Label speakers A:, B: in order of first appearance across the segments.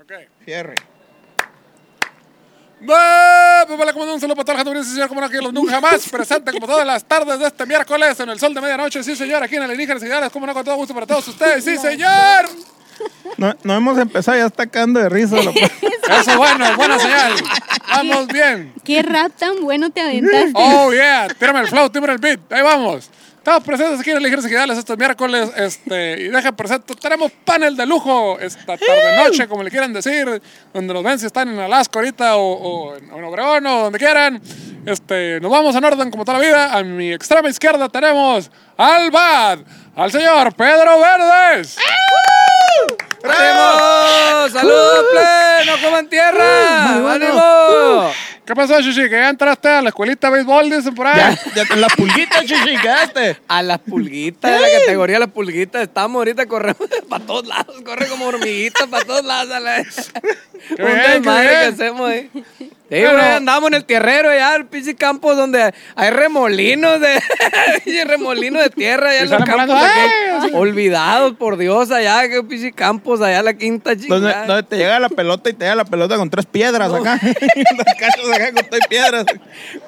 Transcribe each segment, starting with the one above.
A: Ok.
B: Fierre.
A: ¡Bah! Pues vale, como no, un saludo para toda la gente, sí, señor, como no, que los nunca jamás presente como todas las tardes de este miércoles en el sol de medianoche, sí, señor, aquí en Alienígenas Ideales, como no, con todo gusto para todos ustedes, sí, señor.
B: No, no hemos empezado, ya está cagando de risa. la pa-
A: Eso es bueno, buena señal. Vamos bien.
C: Qué rap tan bueno te aventaste.
A: Oh, yeah. Tírame el flow, tírame el beat. Ahí vamos. Estamos presentes aquí en Alienígenas Ideales estos miércoles. Este, y dejen presente, tenemos panel de lujo esta tarde-noche, como le quieran decir. Donde nos ven si están en Alaska ahorita o, o en, o en Obregón o donde quieran. Este, nos vamos en orden como toda la vida. A mi extrema izquierda tenemos al Bad, al señor Pedro Verdes.
D: ¡Ánimo! ¡Saludos pleno! ¡Coman tierra! ¡Ánimo!
A: Uh, ¿Qué pasó, Shishi? ¿Que ya entraste a la escuelita de béisbol, dicen por ahí?
B: Ya, ya con la pulguita, chichi, este. quedaste.
D: A las pulguitas, de la categoría de las pulguitas. Estamos ahorita, corremos para todos lados. Corre como hormiguitas para todos lados. dale.
A: Qué
D: Un
A: bien, qué
D: desmadre que
A: bien.
D: hacemos ahí. Sí,
A: Bueno.
D: bro, andamos en el tierrero ya, el pinche campo donde hay remolinos de pinche remolinos de tierra allá
A: Y
D: en los
A: salen
D: campos
A: volando,
D: aquellos. olvidados por Dios allá, que pinche campos allá la quinta
B: Donde,
D: chingada.
B: donde te llega la pelota y te llega la pelota con tres piedras acá. Los cachos acá con tres piedras.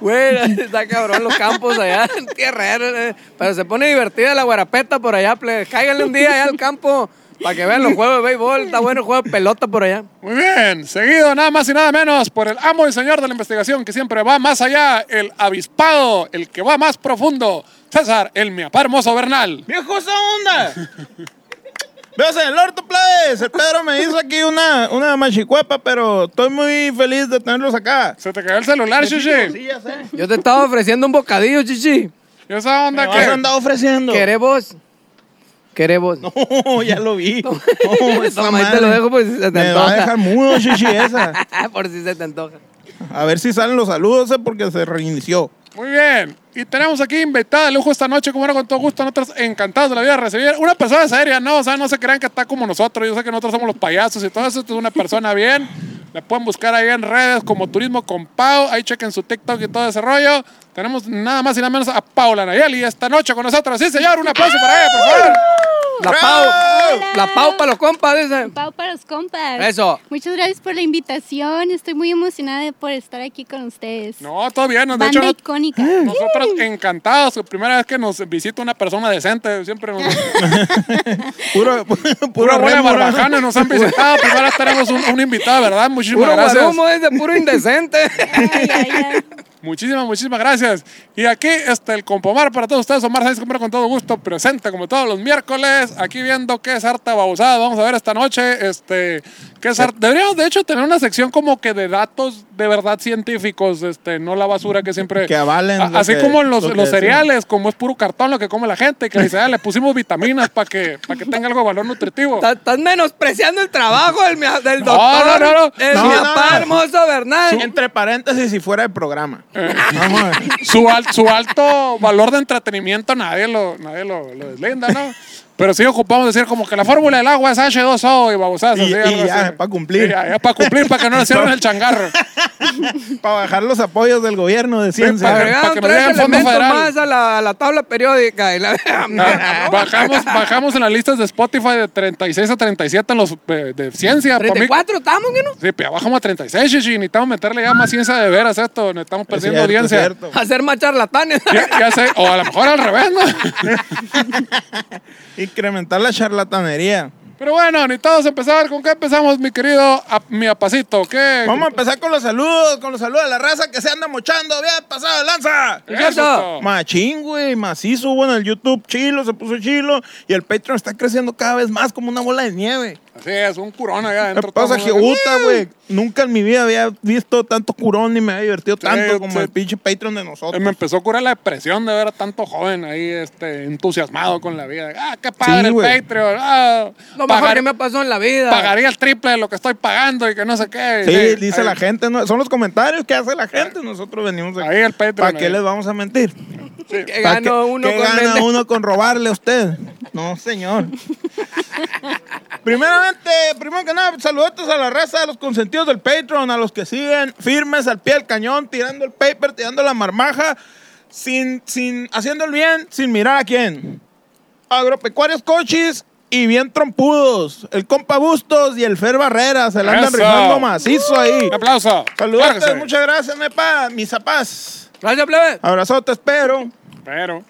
D: Güey, está cabrón los campos allá en tierrero. eh. Pero se pone divertida la guarapeta por allá. ple. Cáiganle un día allá al campo para que vean los juegos de béisbol. Está bueno el juego de pelota por allá.
A: Muy bien, seguido nada más y nada menos por el amo y señor de la investigación que siempre va más allá, el avispado, el que va más profundo, César, el miapá hermoso Bernal.
B: ¡Viejo esa onda! Veas en el orto, plebes. El Pedro me hizo aquí una, una machicuepa, pero estoy muy feliz de tenerlos acá.
A: Se te cayó el celular, Shishi.
B: ya sé.
D: Yo te estaba ofreciendo un bocadillo, chichi.
A: ¿Y esa
B: Me
A: onda
B: vas a
A: que...
B: andar ofreciendo.
D: ¿Querés vos? ¿Querés vos?
B: Oh, ya lo vi. No, esa
D: Toma, ahí
B: madre.
D: te lo dejo por si se te
B: Me va a
D: antoja.
B: dejar mudo, chichi, esa.
D: por si se te antoja.
B: A ver si salen los saludos, eh, porque se reinició.
A: Muy bien, y tenemos aquí invitada de lujo esta noche, como era con todo gusto, nosotros encantados de la vida de recibir una persona seria, ¿no? O sea, no se crean que está como nosotros, yo sé que nosotros somos los payasos y todo eso, esto es una persona bien. La pueden buscar ahí en redes como Turismo con Pau, ahí chequen su TikTok y todo ese rollo. Tenemos nada más y nada menos a Paula Nayeli esta noche con nosotros. Sí, señor, un aplauso para ella, por favor.
D: La Pau. La Pau para los compas, dice.
C: Pau para los compas.
D: Eso.
C: Muchas gracias por la invitación. Estoy muy emocionada de- por estar aquí con ustedes.
A: No, todo bien, de
C: Banda
A: hecho, no-
C: icónica.
A: nosotros encantados, primera vez que nos visita una persona decente, siempre nos...
B: Puro, puro,
A: Pura buena
B: rémora.
A: barbajana nos han visitado. Primero tenemos un, un invitado, ¿verdad? Muchísimas
D: Puro
A: gracias.
D: guarumo, dice. Puro indecente.
C: Ay, ay, ay.
A: Muchísimas, muchísimas gracias. Y aquí está el Compomar para todos ustedes. Omar Sáenz Compra con todo gusto. Presente como todos los miércoles. Aquí viendo qué es harta babosada. Vamos a ver esta noche. Este, qué es harta- Deberíamos, de hecho, tener una sección como que de datos de verdad científicos. Este, no la basura que siempre.
B: Que avalen
A: A-
B: lo
A: así
B: que-
A: como en los,
B: lo que
A: los
B: decimos.
A: cereales, como es puro cartón lo que come la gente. Que dice, "Ah, le pusimos vitaminas para que, para que tenga algo de valor nutritivo.
D: Estás- Estás menospreciando el trabajo del, mia- del
A: No,
D: doctor.
A: no, no, no.
D: El
B: No, no,
D: miapá
B: no.
D: hermoso Bernal.
B: Entre paréntesis, si fuera el programa.
D: Eh.
B: Vamos a ver.
A: su, al- su alto valor de entretenimiento nadie lo, nadie lo, lo deslinda, ¿no? Pero sí ocupamos decir como que la fórmula del agua es H2O y babosadas.
B: Y-
A: así,
B: y
A: algo
B: ya,
A: así.
B: pa' cumplir.
A: Y ya, para cumplir, para que no le cierren el changarro.
B: Para bajar los apoyos del gobierno de
A: para-
B: ciencia.
A: para que
D: Agregaron
A: me
D: tres
A: den fondo
D: elementos
A: federal.
D: más a la, a la tabla periódica. Y la,
A: Ah, bajamos, bajamos en las listas de Spotify de 36 a 37 en los eh, de ciencia. pa' mí-
D: 34 estamos, ¿qué no?
A: Sí, pues ya bajamos a 36, chichi. Necesitamos meterle ya más ciencia de veras a esto. Necesitamos
B: Es
A: perdiendo
B: cierto,
A: audiencia.
B: es cierto.
D: Hacer más charlatanes.
A: Ya- ya sé, o a lo mejor al revés, ¿no?
B: Incrementar la charlatanería.
A: Pero bueno, ni todos empezar. ¿Con qué empezamos, mi querido a- mi apacito? ¿Qué?
B: Vamos a empezar con los saludos, con los saludos a la raza que se anda mochando. Bien, pasado de lanza.
A: Eso.
D: Eso.
B: Machín, güey, macizo hubo en el YouTube, chilo, se puso chilo. Y el Patreon está creciendo cada vez más como una bola de nieve.
A: Así es, un curón allá
B: Me
A: adentro.
B: pasa
A: todo
B: que
A: el mundo-
B: gusta, güey. Nunca en mi vida había visto tanto curón ni me había divertido tanto como
A: sí.
B: el pinche Patreon de
A: Eh,
B: nosotros.
A: Me empezó a curar la depresión de ver a tanto joven ahí este, entusiasmado con la vida. Ah, qué padre
B: Sí,
A: el
B: güey.
A: Patreon. Ah,
D: Lo mejor
A: pagar-
D: que me pasó en la vida.
A: pagaría el triple de lo que estoy pagando y que no sé qué.
B: Sí,
A: Sí,
B: dice
A: ahí-
B: la gente, ¿no? son los comentarios que hace la gente. Nosotros venimos
A: Ahí el Patreon,
B: ¿Para qué
A: ahí.
B: les vamos a mentir?
A: sí.
D: Que
B: ¿Para
D: ganó
B: qué-
D: uno
B: qué
D: con
B: gana
D: vende-
B: uno con robarle a usted? No, señor. Primeramente, primero que nada, saludos a la raza, a los consentidos del Patreon, a los que siguen firmes al pie del cañón, tirando el paper, tirando la marmaja, sin, sin, haciendo el bien, sin mirar a quién. Agropecuarios Cochis, y bien trompudos. El compa Bustos y el Fer Barrera se la andan
A: Eso.
B: rifando macizo ahí.
A: Un aplauso.
B: Saludos, pues,
A: Claro que sí.
B: muchas gracias, nepa, mis zapás.
D: Gracias, plebe.
A: Ah,
B: Abrazote, espero.
A: Pero,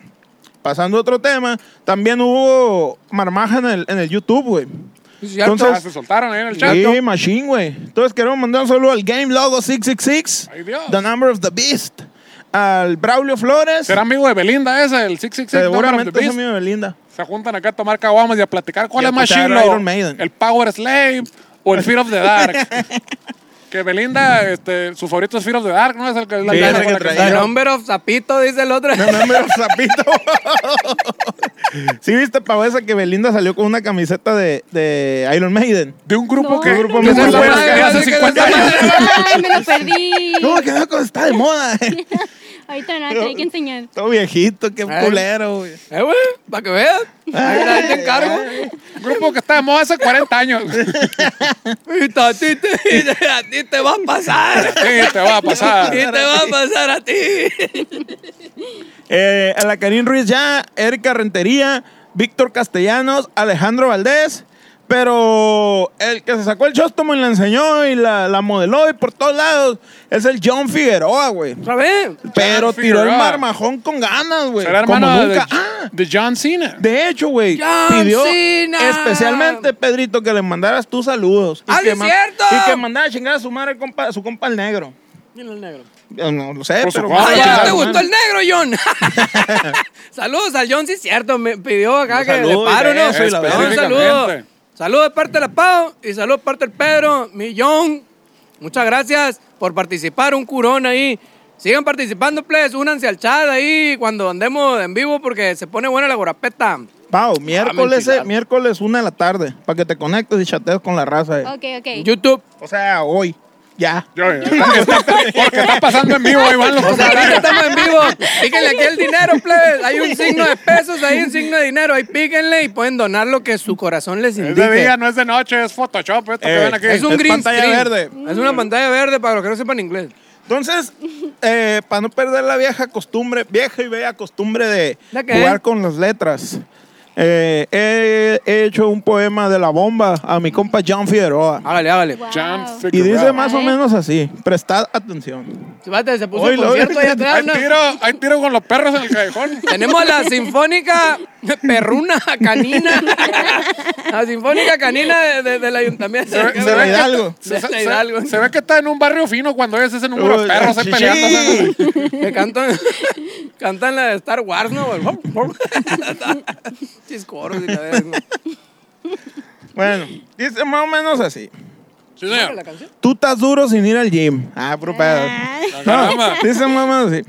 B: Pasando a otro tema, también hubo marmaja en el, en el YouTube, güey. Entonces-
A: ah, se soltaron ahí en el chat.
B: Sí, machine, güey. Entonces queremos mandar un saludo al Game Logo 666,
A: Ay, Dios.
B: The Number of the Beast, al Braulio Flores,
A: ¿Será amigo de Belinda ese, el 666 Number of the
B: seguramente es
A: Beast?
B: amigo de Linda.
A: Se juntan acá a tomar caguamas y a platicar cuál
B: Y a
A: es más
B: escuchar
A: chilo,
B: Iron Maiden.
A: el Power Slave o el Fear of the Dark. que Belinda, este, su favorito es Fear of the Dark, ¿no? Es el que la
B: Sí,
A: banda
B: ese
A: con
B: que
A: la que
B: traía.
A: sale.
D: The number of Zapito, dice el otro.
B: The Number of Zapito. ¿Sí viste, pavesa, que Belinda salió con una camiseta de, de Iron Maiden?
A: De un grupo
C: No.
A: que,
C: Un
A: que
C: grupo
B: muy
A: se
B: bueno.
A: acuerdan que hace
D: Así que
A: 50
D: no-
A: años.
C: Ay, me lo perdí.
B: No, que no, está de moda.
C: Ahorita nada, que hay que enseñar.
B: Todo viejito, qué
D: Ay.
B: culero, güey.
D: Eh, güey, para que veas. Ahí ahí te encargo.
A: Un grupo que está de moda hace 40 años. sí,
D: Y a ti te, a ti te va a pasar.
A: te va a
D: A
A: pasar.
D: ti te va a pasar a ti.
B: Eh, a la Karin Ruiz ya, Erika Rentería, Víctor Castellanos, Alejandro Valdés. Pero el que se sacó el chóstomo y la enseñó y la, la modeló y por todos lados es el John Figueroa, güey.
D: Otra vez.
B: Pero
A: John
B: tiró el
A: Figueroa.
B: marmajón con ganas, güey.
A: Será
B: Como
A: hermano de,
B: nunca. Ah,
A: de John Cena.
B: de hecho, güey,
D: John
B: pidió
D: Cena.
B: especialmente, Pedrito, que le mandaras tus saludos. Y
D: ¡Ah,
B: que
D: sí,
B: ma-
D: cierto!
B: Y que mandara a chingar a su madre, compa- a su compa el negro.
D: Mira el negro.
B: Eh, No lo sé,
A: Por
B: pero...
A: supuesto.
D: Ah,
A: Ah,
D: ya
A: claro,
D: te gustó el negro, John. Saludos al John, sí, es cierto. Me pidió acá
B: Un
D: que le
B: saludo y
D: paro,
B: de
D: ¿no?
B: eso y la
D: Le
A: verdad.
D: mando Un saludo.
A: Específicamente.
D: Saludos de parte de la Pau y saludos de parte del Pedro, mi John. Muchas gracias por participar, un curón ahí. Sigan participando, please. Únanse al chat ahí cuando andemos en vivo porque se pone buena la gorapeta.
B: Pau, miércoles, eh,
D: mentira.
B: miércoles una de la tarde, para que te conectes y chatees con la raza. eh.
C: Ok, ok.
D: YouTube.
B: O sea, hoy, ya.
A: Yo- está- porque está pasando en vivo, ahí van los
D: O sea, ahorita
A: comentarios.
D: estamos en vivo. Píquenle aquí el dinero, plebes. Hay un signo de pesos, hay un signo de dinero. Ahí píquenle y pueden donar lo que su corazón les
A: Es de
D: indique.
A: día, no es de noche, es Photoshop esto que
B: Eh,
A: ven aquí.
D: Es un
B: Es
D: green
B: pantalla
D: screen.
B: verde.
D: Es una pantalla verde para los que no sepan inglés.
B: Entonces, eh, para no perder la vieja costumbre, vieja y bella costumbre de
D: ¿De qué?
B: jugar con las letras, eh, he, he hecho un poema de la bomba a mi compa John Figueroa.
D: Hágale, hágale.
C: Wow.
A: John
B: Y dice
A: Figueroa.
B: más o
C: Ay.
B: menos así, prestad atención.
D: Chivate, se puso
B: Hoy
D: el
B: lo-
D: concierto ahí atrás.
A: Hay
D: ¿no?
A: tiro, hay tiro con los perros en el callejón.
D: Tenemos a la Sinfónica Perruna Canina. La Sinfónica Canina de- de- del ayuntamiento.
A: Se ve-
B: se ve Hidalgo.
A: Se, se-
D: De Hidalgo.
A: se- se ve que está en un barrio fino cuando es ese número
B: Uy,
A: de perros ahí
B: sí.
A: peleando.
D: Que cantan, cantan la de Star Wars, ¿no? Chiscoros y la verga.
B: Bueno, dice más o menos así.
A: Sí,
D: la
A: señor.
D: canción?
B: Tú estás duro sin ir al gym. Ah, puro pedo.
C: Ay.
A: Ah,
B: No,
A: caramba.
B: dice mamá así.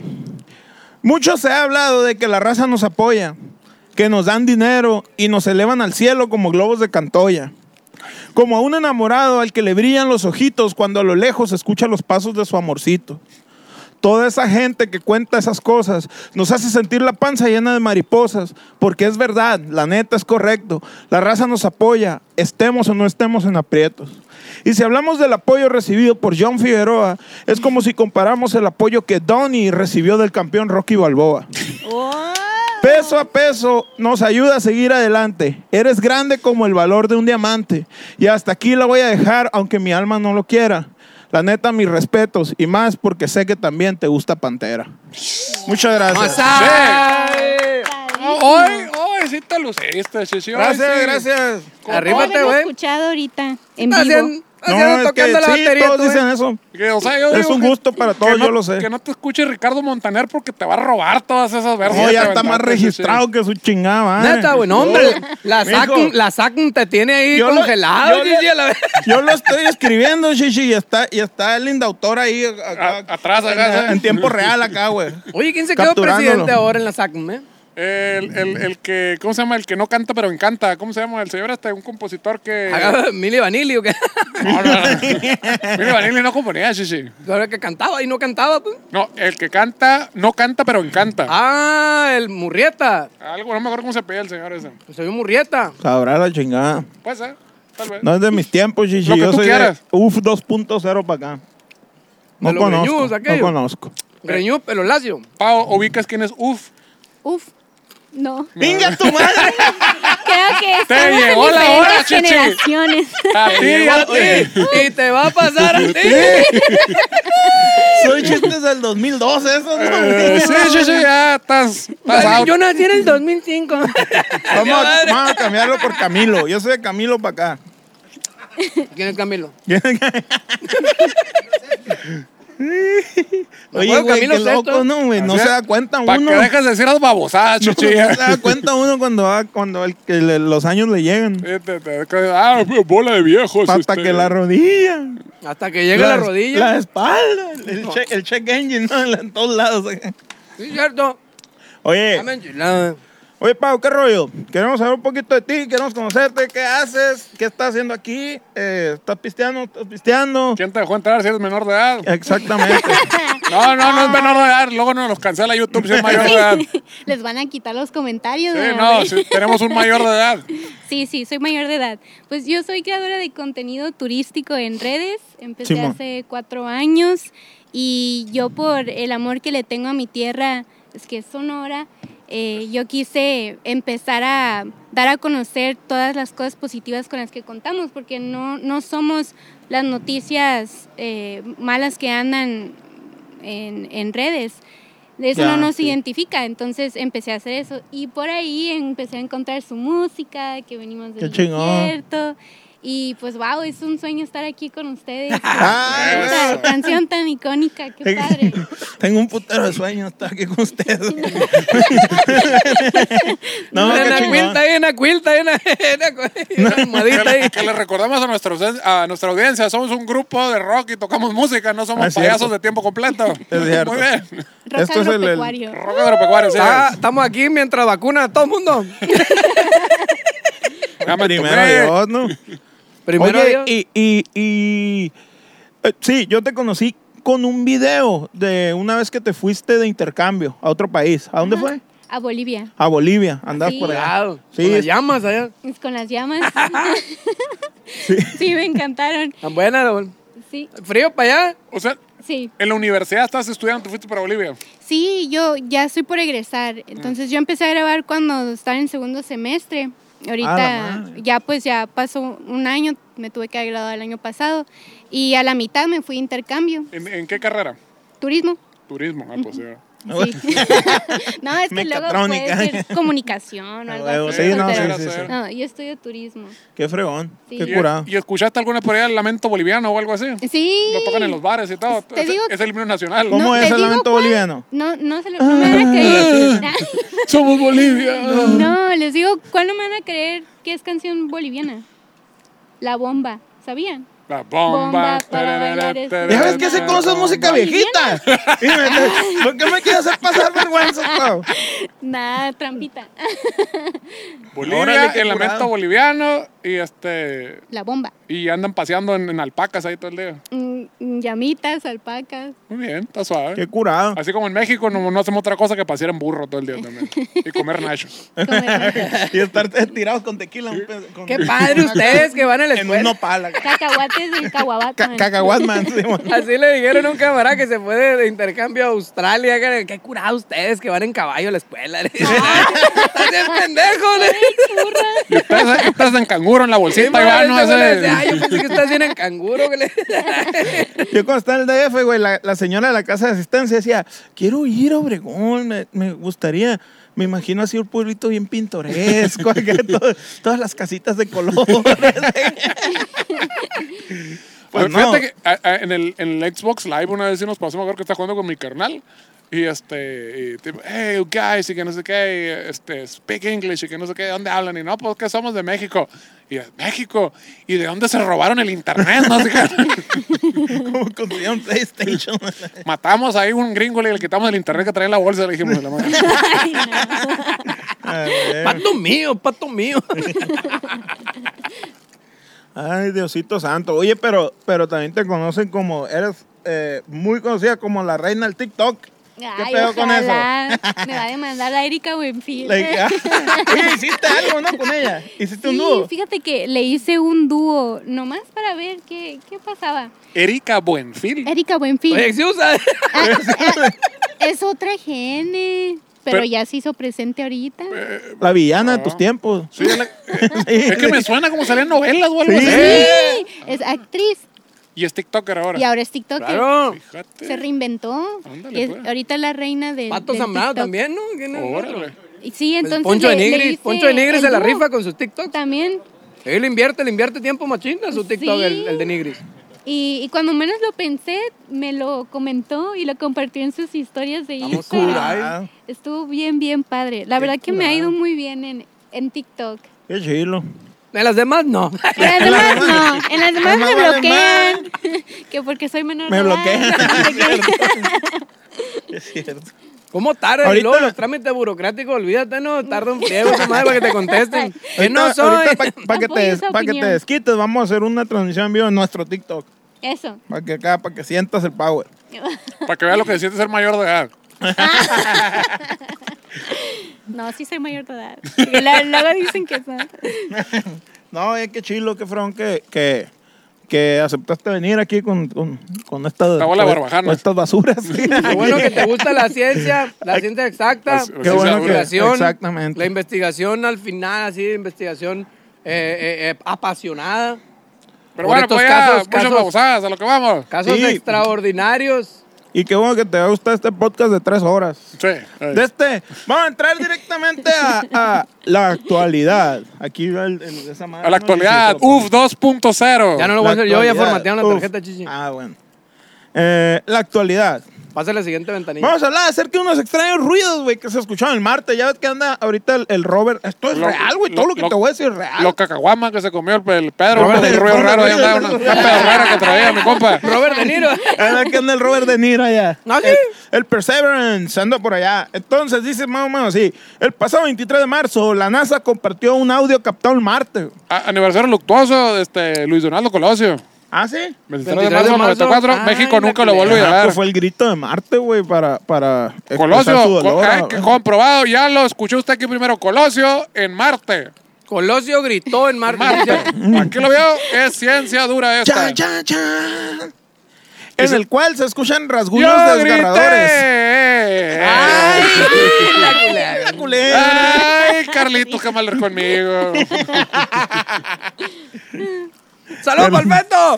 B: Mucho se ha hablado de que la raza nos apoya, que nos dan dinero y nos elevan al cielo como globos de cantoya. Como a un enamorado al que le brillan los ojitos cuando a lo lejos escucha los pasos de su amorcito. Toda esa gente que cuenta esas cosas nos hace sentir la panza llena de mariposas, porque es verdad, la neta es correcto, la raza nos apoya, estemos o no estemos en aprietos. Y si hablamos del apoyo recibido por John Figueroa, es como si comparamos el apoyo que Donnie recibió del campeón Rocky Balboa. Peso a peso nos ayuda a seguir adelante. Eres grande como el valor de un diamante. Y hasta aquí la voy a dejar, aunque mi alma no lo quiera. La neta, mis respetos. Y más porque sé que también te gusta Pantera. Muchas gracias.
D: ¡Masai!
A: Hoy, hoy sí te luciste, sí, sí, hoy
B: Gracias,
A: sí.
B: gracias.
C: Arriba
D: Arrímate, güey.
C: escuchado ahorita en
D: Estás
C: vivo.
D: haciendo, haciendo-
B: es que
D: tocando la
B: sí,
D: batería.
B: todos
D: tú,
B: dicen
D: eh.
B: eso.
A: Que, o sea, yo
B: Es
A: digo
B: un
A: que-
B: gusto para
A: que
B: todos,
A: no-
B: yo lo sé.
A: Que no te escuche Ricardo Montaner porque te va a robar todas esas versiones.
B: No,
A: que
B: ya está
A: aventaste,
B: más
A: sí, sí.
B: registrado que su chingada. ¿eh? madre.
D: Neta, güey, no, hombre. La
B: Ah. Oh, Mijo.
D: SACN la SACN te tiene ahí
B: Yo lo-
D: congelado.
B: yo le-
D: Gigi, a la vez.
B: Yo lo estoy escribiendo, Shishi, y está, y está el indautor ahí.
A: A- atrás, acá,
B: en, en tiempo real acá, güey.
D: Oye, ¿quién se quedó
B: Capturándolo.
D: presidente ahora en la SACN, eh?
A: El, el, el que, ¿cómo se llama? El que no canta pero encanta. ¿Cómo se llama? El señor este, un compositor que...
D: Acá, Mili Ah, Vanilli o qué?
A: No, no, no. Mira, Vanilli no componía, sí, sí.
D: Ahora que cantaba y no cantaba, pues.
A: No, el que canta, no canta pero encanta.
D: Ah, el Murrieta.
A: Algo, no me acuerdo cómo se pedía el señor ese.
D: Se vio Murrieta.
B: Sabrá la chingada.
A: Puede ser, tal vez.
B: No es de mis tiempos, Shishi.
A: Lo que
B: Yo
A: tú
B: soy
A: quieras.
B: de UF 2.0 para acá. No
D: De los
B: conozco,
D: greñudos,
B: no
D: aquello.
B: conozco.
D: Greñú, pelo lacio.
A: Pau, ¿ubicas quién es? Uf.
C: Uf, no.
B: ¡Venga tu madre!
C: Creo que
A: Te
C: estamos en
A: llegó chichi.
C: generaciones.
A: A ti, a
D: Oye,
A: ti.
D: y te va a pasar a ti.
B: Soy chistes del 2012, eso
A: Eh, Sí,
B: no.
A: sí, sí, ya estás, estás
D: Ay,
A: out.
D: Yo nací en el 2005.
B: Vamos a,
D: Madre.
B: vamos a cambiarlo por Camilo. Yo soy de Camilo para acá.
D: ¿Quién es Camilo?
B: Oye,
D: acuerdo,
B: güey,
D: Camilo
B: qué loco,
D: Sesto.
B: ¿no, güey? No
A: Así
B: se
A: es.
B: da cuenta
A: Para
B: uno.
A: que dejes de decir las babosadas,
B: No,
A: chichi.
B: no se da cuenta uno cuando, va- cuando el- que le- los años le llegan.
A: Eh, te- te- que- Ah, bola de viejos.
B: Hasta
A: este.
B: que la rodilla.
D: Hasta que llegue la, rodilla.
B: La espalda. El, check, el check engine, ¿no? En todos lados.
D: Sí, cierto.
B: Oye,
D: Dame enchilada.
B: oye, Pau, ¿qué rollo? Queremos saber un poquito de ti, queremos conocerte. ¿Qué haces? ¿Qué estás haciendo aquí? Eh, ¿Estás pisteando? ¿Estás pisteando?
A: ¿Quién te dejó entrar si eres menor de edad?
B: Exactamente.
A: No, no, no es menor de edad. Luego nos los cancela YouTube si es mayor de edad.
C: Les van a quitar los comentarios.
A: Sí,
C: ¿verdad,
A: no,
C: güey?
A: sí, tenemos un mayor de edad.
C: Sí, sí, soy mayor de edad. Pues yo soy creadora de contenido turístico en redes. Empecé
B: Simón.
C: hace cuatro años y yo por el amor que le tengo a mi tierra, es que es Sonora, eh, yo quise empezar a dar a conocer todas las cosas positivas con las que contamos, porque no, no somos las noticias eh, malas que andan en, en redes. Eso
B: Ya,
C: no nos
B: sí.
C: identifica, entonces empecé a hacer eso. Y por ahí empecé a encontrar su música, que venimos del
B: Qué chingón.
C: desierto. Y pues, wow, es un sueño estar aquí con ustedes.
B: Ah,
C: Esta
B: eso.
C: canción tan icónica, qué padre.
B: Tengo un putero de sueño estar aquí con ustedes. no,
D: Una
B: qué
D: una
B: chingón.
D: cuilta ahí, una cuilta ahí, una, una, una almohadita ahí.
A: Que, que le recordamos a nuestra, audien- a nuestra audiencia, somos un grupo de rock y tocamos música, no somos
B: Ah, es
A: payasos
B: cierto.
A: de tiempo completo.
B: Es cierto.
A: Muy bien.
C: Rock
B: Esto es el- el-
C: agropecuario.
A: Rock agropecuario, sí.
D: Ah, estamos aquí mientras vacuna a todo el mundo.
A: Ya me
B: Primero
A: entumé.
B: pues, Dios, ¿no?
D: Primero
B: Oye,
D: Dios.
B: y, y, y eh, sí, yo te conocí con un video de una vez que te fuiste de intercambio a otro país. ¿A dónde fue?
C: A Bolivia.
B: A Bolivia, andabas
C: Sí.
B: por allá.
D: Cuidado,
B: Sí,
D: con las
B: es-
D: llamas allá.
C: Es con las llamas. sí. me encantaron.
D: Tan buena, don.
C: Sí,
D: Frío para allá.
A: O sea,
C: sí.
A: en la universidad estás estudiando, tú fuiste para Bolivia.
C: Sí, yo ya estoy por egresar.
B: Mm.
C: Entonces yo empecé a grabar cuando estaba en segundo semestre.
B: Ah, la
C: Ahorita
B: madre.
C: ya pues ya pasó un año, me tuve que haber graduado el año pasado y a la mitad me fui a intercambio,
A: ¿En, en qué carrera?
C: turismo.
A: Turismo. Ah, pues ya.
C: Sí. no, es que luego
B: Mecatrónica.
C: puede ser comunicación o
B: A
C: algo
B: huevo,
C: así.
B: sí, no, sí,
C: pero-
B: sí, sí.
C: No, yo estudio turismo.
B: Qué fregón,
C: Sí.
B: qué
A: ¿Y,
B: curado.
A: ¿Y escuchaste alguna por allá el lamento boliviano o algo así?
C: Sí.
A: Lo tocan en los bares y todo.
C: Te
A: es,
C: digo-
A: es el himno nacional.
B: ¿Cómo
C: No,
B: es
C: te
B: el
C: digo,
B: lamento
C: Juan.
B: boliviano?
C: No, no se lo no me van a creer.
A: Somos Bolivia.
C: No, les digo, ¿cuál no me van a creer que es canción boliviana? La bomba, ¿sabían?
A: La bomba.
C: Bomba para bailar es-
B: Ya ves que se
C: Pero-
B: conoce música viejita. Y me- ¿Por qué me quieres hacer pasar vergüenza, Pau?
C: Nada, trampita.
A: Bolivia,
B: Órale, qué
A: el
B: curado.
A: lamento boliviano y este
C: La bomba.
A: y andan paseando en, en alpacas ahí todo el día.
C: Mm, mm, Llamitas, alpacas.
A: Muy bien, está suave.
B: Qué curado.
A: Así como en México no, no hacemos otra cosa que pasear en burro todo el día también y comer nachos.
C: comer
B: Y estar tirados con tequila. un pe- con-
D: Qué padre ustedes pues. que van a la
B: En un
D: escuela.
B: nopal. acá.
C: Cacahuates del caguabato.
B: Ca- Cacahuatman. sí, bueno.
D: Así le dijeron a un camarada que se fue de, de intercambio a Australia. que- Qué curado ustedes que van en caballo a la escuela. Le dicen, Están bien pendejos. le dicen.
A: Y ustedes, ustedes en canguro en la
D: Sí,
A: bolsita,
D: madre,
A: Iván, ¿no?
D: ese güey le
A: Ese-
D: decía, "Ay, yo pensé que ustedes vienen en canguro. que le-
B: Yo cuando estaba en el DF, güey, la, la señora de la casa de asistencia decía, quiero ir a Obregón, me, me gustaría, me imagino así un pueblito bien pintoresco, acá todo- todas las casitas de color.
A: Pues
B: Pues no.
A: fíjate que a- a- en, el, en el Xbox Live una vez sí nos pasó, me acuerdo que estaba jugando con mi carnal. Y este, y tipo, hey, you guys, y que no sé qué, y, este, speak English, y que no sé qué, ¿de dónde hablan? Y no, pues que somos de México. Y de México, ¿y de dónde se robaron el internet? No sé qué.
B: Como construyeron PlayStation.
A: Matamos ahí un gringo y le quitamos el internet que traía en la bolsa, le dijimos, de la madre.
C: Ay, no.
B: A ver.
D: Pato mío, pato mío.
B: Ay, Diosito santo. Oye, pero, pero también te conocen como, eres eh, muy conocida como la reina del TikTok.
C: Ay,
B: pedo con eso?
C: ojalá. Me va a demandar la Erika Buenfil.
B: La que- "Ah, Oye, hiciste algo, ¿no? Con ella. Hiciste un
C: Sí,
B: nudo.
C: fíjate que le hice un dúo nomás para ver qué, qué pasaba.
A: Erika Buenfil.
C: Erika Buenfil.
D: Oye, ¿sí usa?
C: Ah, ah, es otra gene. pero,
A: Pero-
C: ya se hizo presente ahorita.
B: La villana de
A: No.
B: tus tiempos.
A: Sí, es la- es que me suena como salían novelas o algo
B: Sí.
A: así.
C: Sí, es actriz
A: Y es TikToker ahora.
C: y ahora es TikToker.
D: Claro.
A: Fíjate.
C: Se reinventó.
A: Ándale,
C: Y es
A: pues.
C: ahorita la reina del.
D: Pato
C: del
D: Zambrano
C: TikTok.
D: también, ¿no? ¿Quién es el otro?
A: Órale.
C: Y Sí,
D: El
C: entonces.
D: Poncho de
C: le- le
D: Nigris.
C: hice
D: Poncho de Nigris
C: el
D: se la
C: dúo
D: rifa con sus TikToks.
C: También.
D: Él invierte, le invierte tiempo machín a su TikTok,
C: Sí.
D: el, el de Nigris.
C: Y, y cuando menos lo pensé, me lo comentó y lo compartió en sus historias de
D: Vamos,
C: Instagram.
B: curada.
C: Estuvo bien, bien padre. La verdad que me ha ido muy bien en, en TikTok.
B: Qué chilo.
D: En las demás, no.
C: En las demás no, en las demás
B: Mamá
C: me
B: vale
C: bloquean. que porque soy menor
B: Me
C: de edad,
B: bloquean.
C: no sé qué.
B: Es cierto.
D: ¿Cómo tarda?
B: Ahorita-
D: Ahorita los trámites burocráticos, olvídate, no, tarda un friego esa madre para que te contesten. que no
B: Ahorita-
D: soy.
B: ahorita pa- pa' que
C: Apoyo
B: te,
C: esa
B: pa' que te
C: opinión.
B: desquites, vamos a hacer una transmisión en vivo en nuestro TikTok.
C: Eso.
B: Para que acá, para que sientas el power.
A: Para que vea lo que se siente ser mayor de edad.
C: No, sí soy mayor de edad. Y la- Luego dicen que no.
B: No, es que chilo, qué fron que, que, que aceptaste venir aquí con, con, con estas,
A: La bola de
B: con-
A: barbajanas.
B: con estas basuras.
D: Qué bueno que te gusta la ciencia, la ciencia exacta,
A: Así- así
D: la
A: se habla.
D: investigación,
B: exactamente.
D: la investigación al final, así, investigación eh, eh, eh, apasionada.
A: Pero
D: Por
A: bueno,
D: estos
A: pues ya,
D: casos,
A: muchas
D: casos.
A: babosadas, a lo que vamos.
D: Casos
B: Sí.
D: extraordinarios.
B: Y qué bueno que te va a gustar este podcast de tres horas.
A: Sí.
B: De este, vamos a entrar directamente a, a la actualidad. Aquí va el, el- esa madre,
A: A la
B: Ah, ¿no?
A: actualidad,
B: Sí, sí,
A: UF 2.0.
D: Ya no lo voy
B: la
D: a hacer yo, ya
B: actualidad.
D: formatearon la
B: Uf.
D: tarjeta, chichi.
B: Ah, bueno. Eh, la actualidad.
D: Pasa la siguiente ventanilla.
B: Vamos a hablar acerca de unos extraños ruidos, güey, que se escucharon el martes. Ya ves que anda ahorita el, el Robert. Esto es
A: Lo-
B: real, güey. Todo
A: lo-
B: lo que
A: lo-
B: te voy a decir es real.
A: Los cacahuamas que se comió el, el Pedro,
B: Robert
A: un
B: De-
A: ruido
B: Robert
A: raro,
B: De-
A: ahí andaba una, una pedorrera que traía mi compa.
D: Robert De Niro.
B: Anda que anda el Robert De Niro allá.
D: ¿Ah, sí?
B: El, el Perseverance anda por allá. Entonces dice más o menos así. El pasado 23 de marzo, la NASA compartió un audio captado el martes.
A: A- aniversario luctuoso de este, Luis Donaldo Colosio.
B: ¿Ah, sí?
A: 23 de marzo del 94,
D: Ay,
A: México
D: la
A: nunca lo
D: culera.
A: volvió a
B: Ajá,
A: llevar.
B: pues fue el grito de Marte, güey, para, para expresar su
A: Colosio,
B: dolor. ah, eh,
A: co-
B: a-
A: ay, que comprobado, ya lo escuchó usted aquí primero. Colosio en Marte.
D: Colosio gritó en Marte.
A: Marte. Aquí lo veo, es ciencia dura esta.
B: Chan, chan, chan. En el cual se escuchan rasguños
A: Yo
B: desgarradores.
A: grité. Ay,
D: ¡Ay! la culera.
A: Ah.
B: Culera.
A: ay, Carlitos, qué mal eres conmigo.
D: ¡Saludos pa'l feto!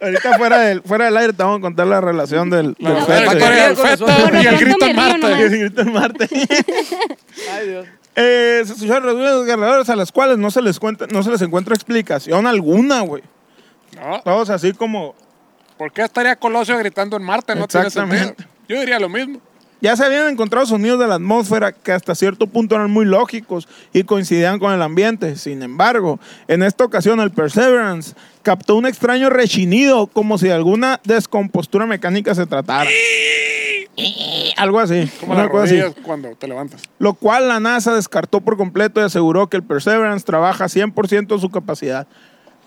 B: Ahorita fuera del, fuera del aire te vamos a contar la relación del,
A: La
B: del
A: verdadera
B: feto.
A: historia del feto
D: Con nosotros.
A: y el grito
C: Con
A: en
C: nosotros me
B: Que
C: río
A: Marte.
B: se gritó en Marte.
D: Ay, Dios.
B: Eh, se escucharon rasguños desgarradores a las cuales no se les cuenta, no se les encuentra explicación alguna, güey.
A: No,
B: Todos así como
A: ¿Por qué estaría Colosio gritando en Marte? No tiene sentido.
B: Exactamente.
A: Yo diría lo mismo.
B: ya se habían encontrado sonidos de la atmósfera que hasta cierto punto eran muy lógicos y coincidían con el ambiente. Sin embargo, en esta ocasión el Perseverance captó un extraño rechinido como si de alguna descompostura mecánica se tratara. Algo así.
A: Como
B: una
A: las
B: cosa así.
A: rodillas cuando te levantas.
B: Lo cual la NASA descartó por completo y aseguró que el Perseverance trabaja 100% de su capacidad.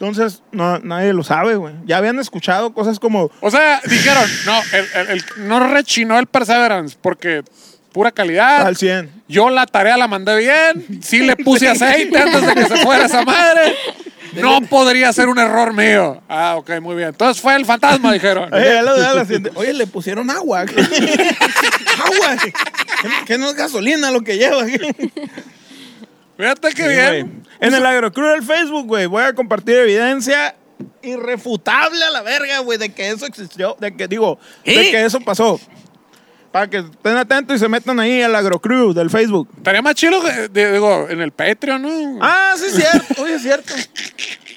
B: Entonces, no- nadie lo sabe, güey. Ya habían escuchado cosas como
A: O sea, dijeron, no, el, el- el- no rechinó el Perseverance porque pura calidad.
B: al 100.
A: Yo la tarea la mandé bien. Sí le puse aceite antes de que se fuera esa madre. No podría ser un error mío. Ah, ok, muy bien. Entonces fue el fantasma, dijeron.
B: Oye, Eh, ya lo- ya lo siente. Oye, le pusieron agua. agua. Que- Que no es gasolina lo que lleva.
A: Fíjate qué
B: Güey,
A: bien.
B: En el agrocrew del Facebook, güey, voy a compartir evidencia irrefutable a la verga, güey, de que eso existió, de que digo, de
D: ¿Eh?
B: que eso pasó. Para que estén atentos y se metan ahí al agrocrew del Facebook.
A: Estaría más chido, que- de- digo, en el Patreon, ¿no?
B: Ah, sí, es cierto. Oye, es cierto.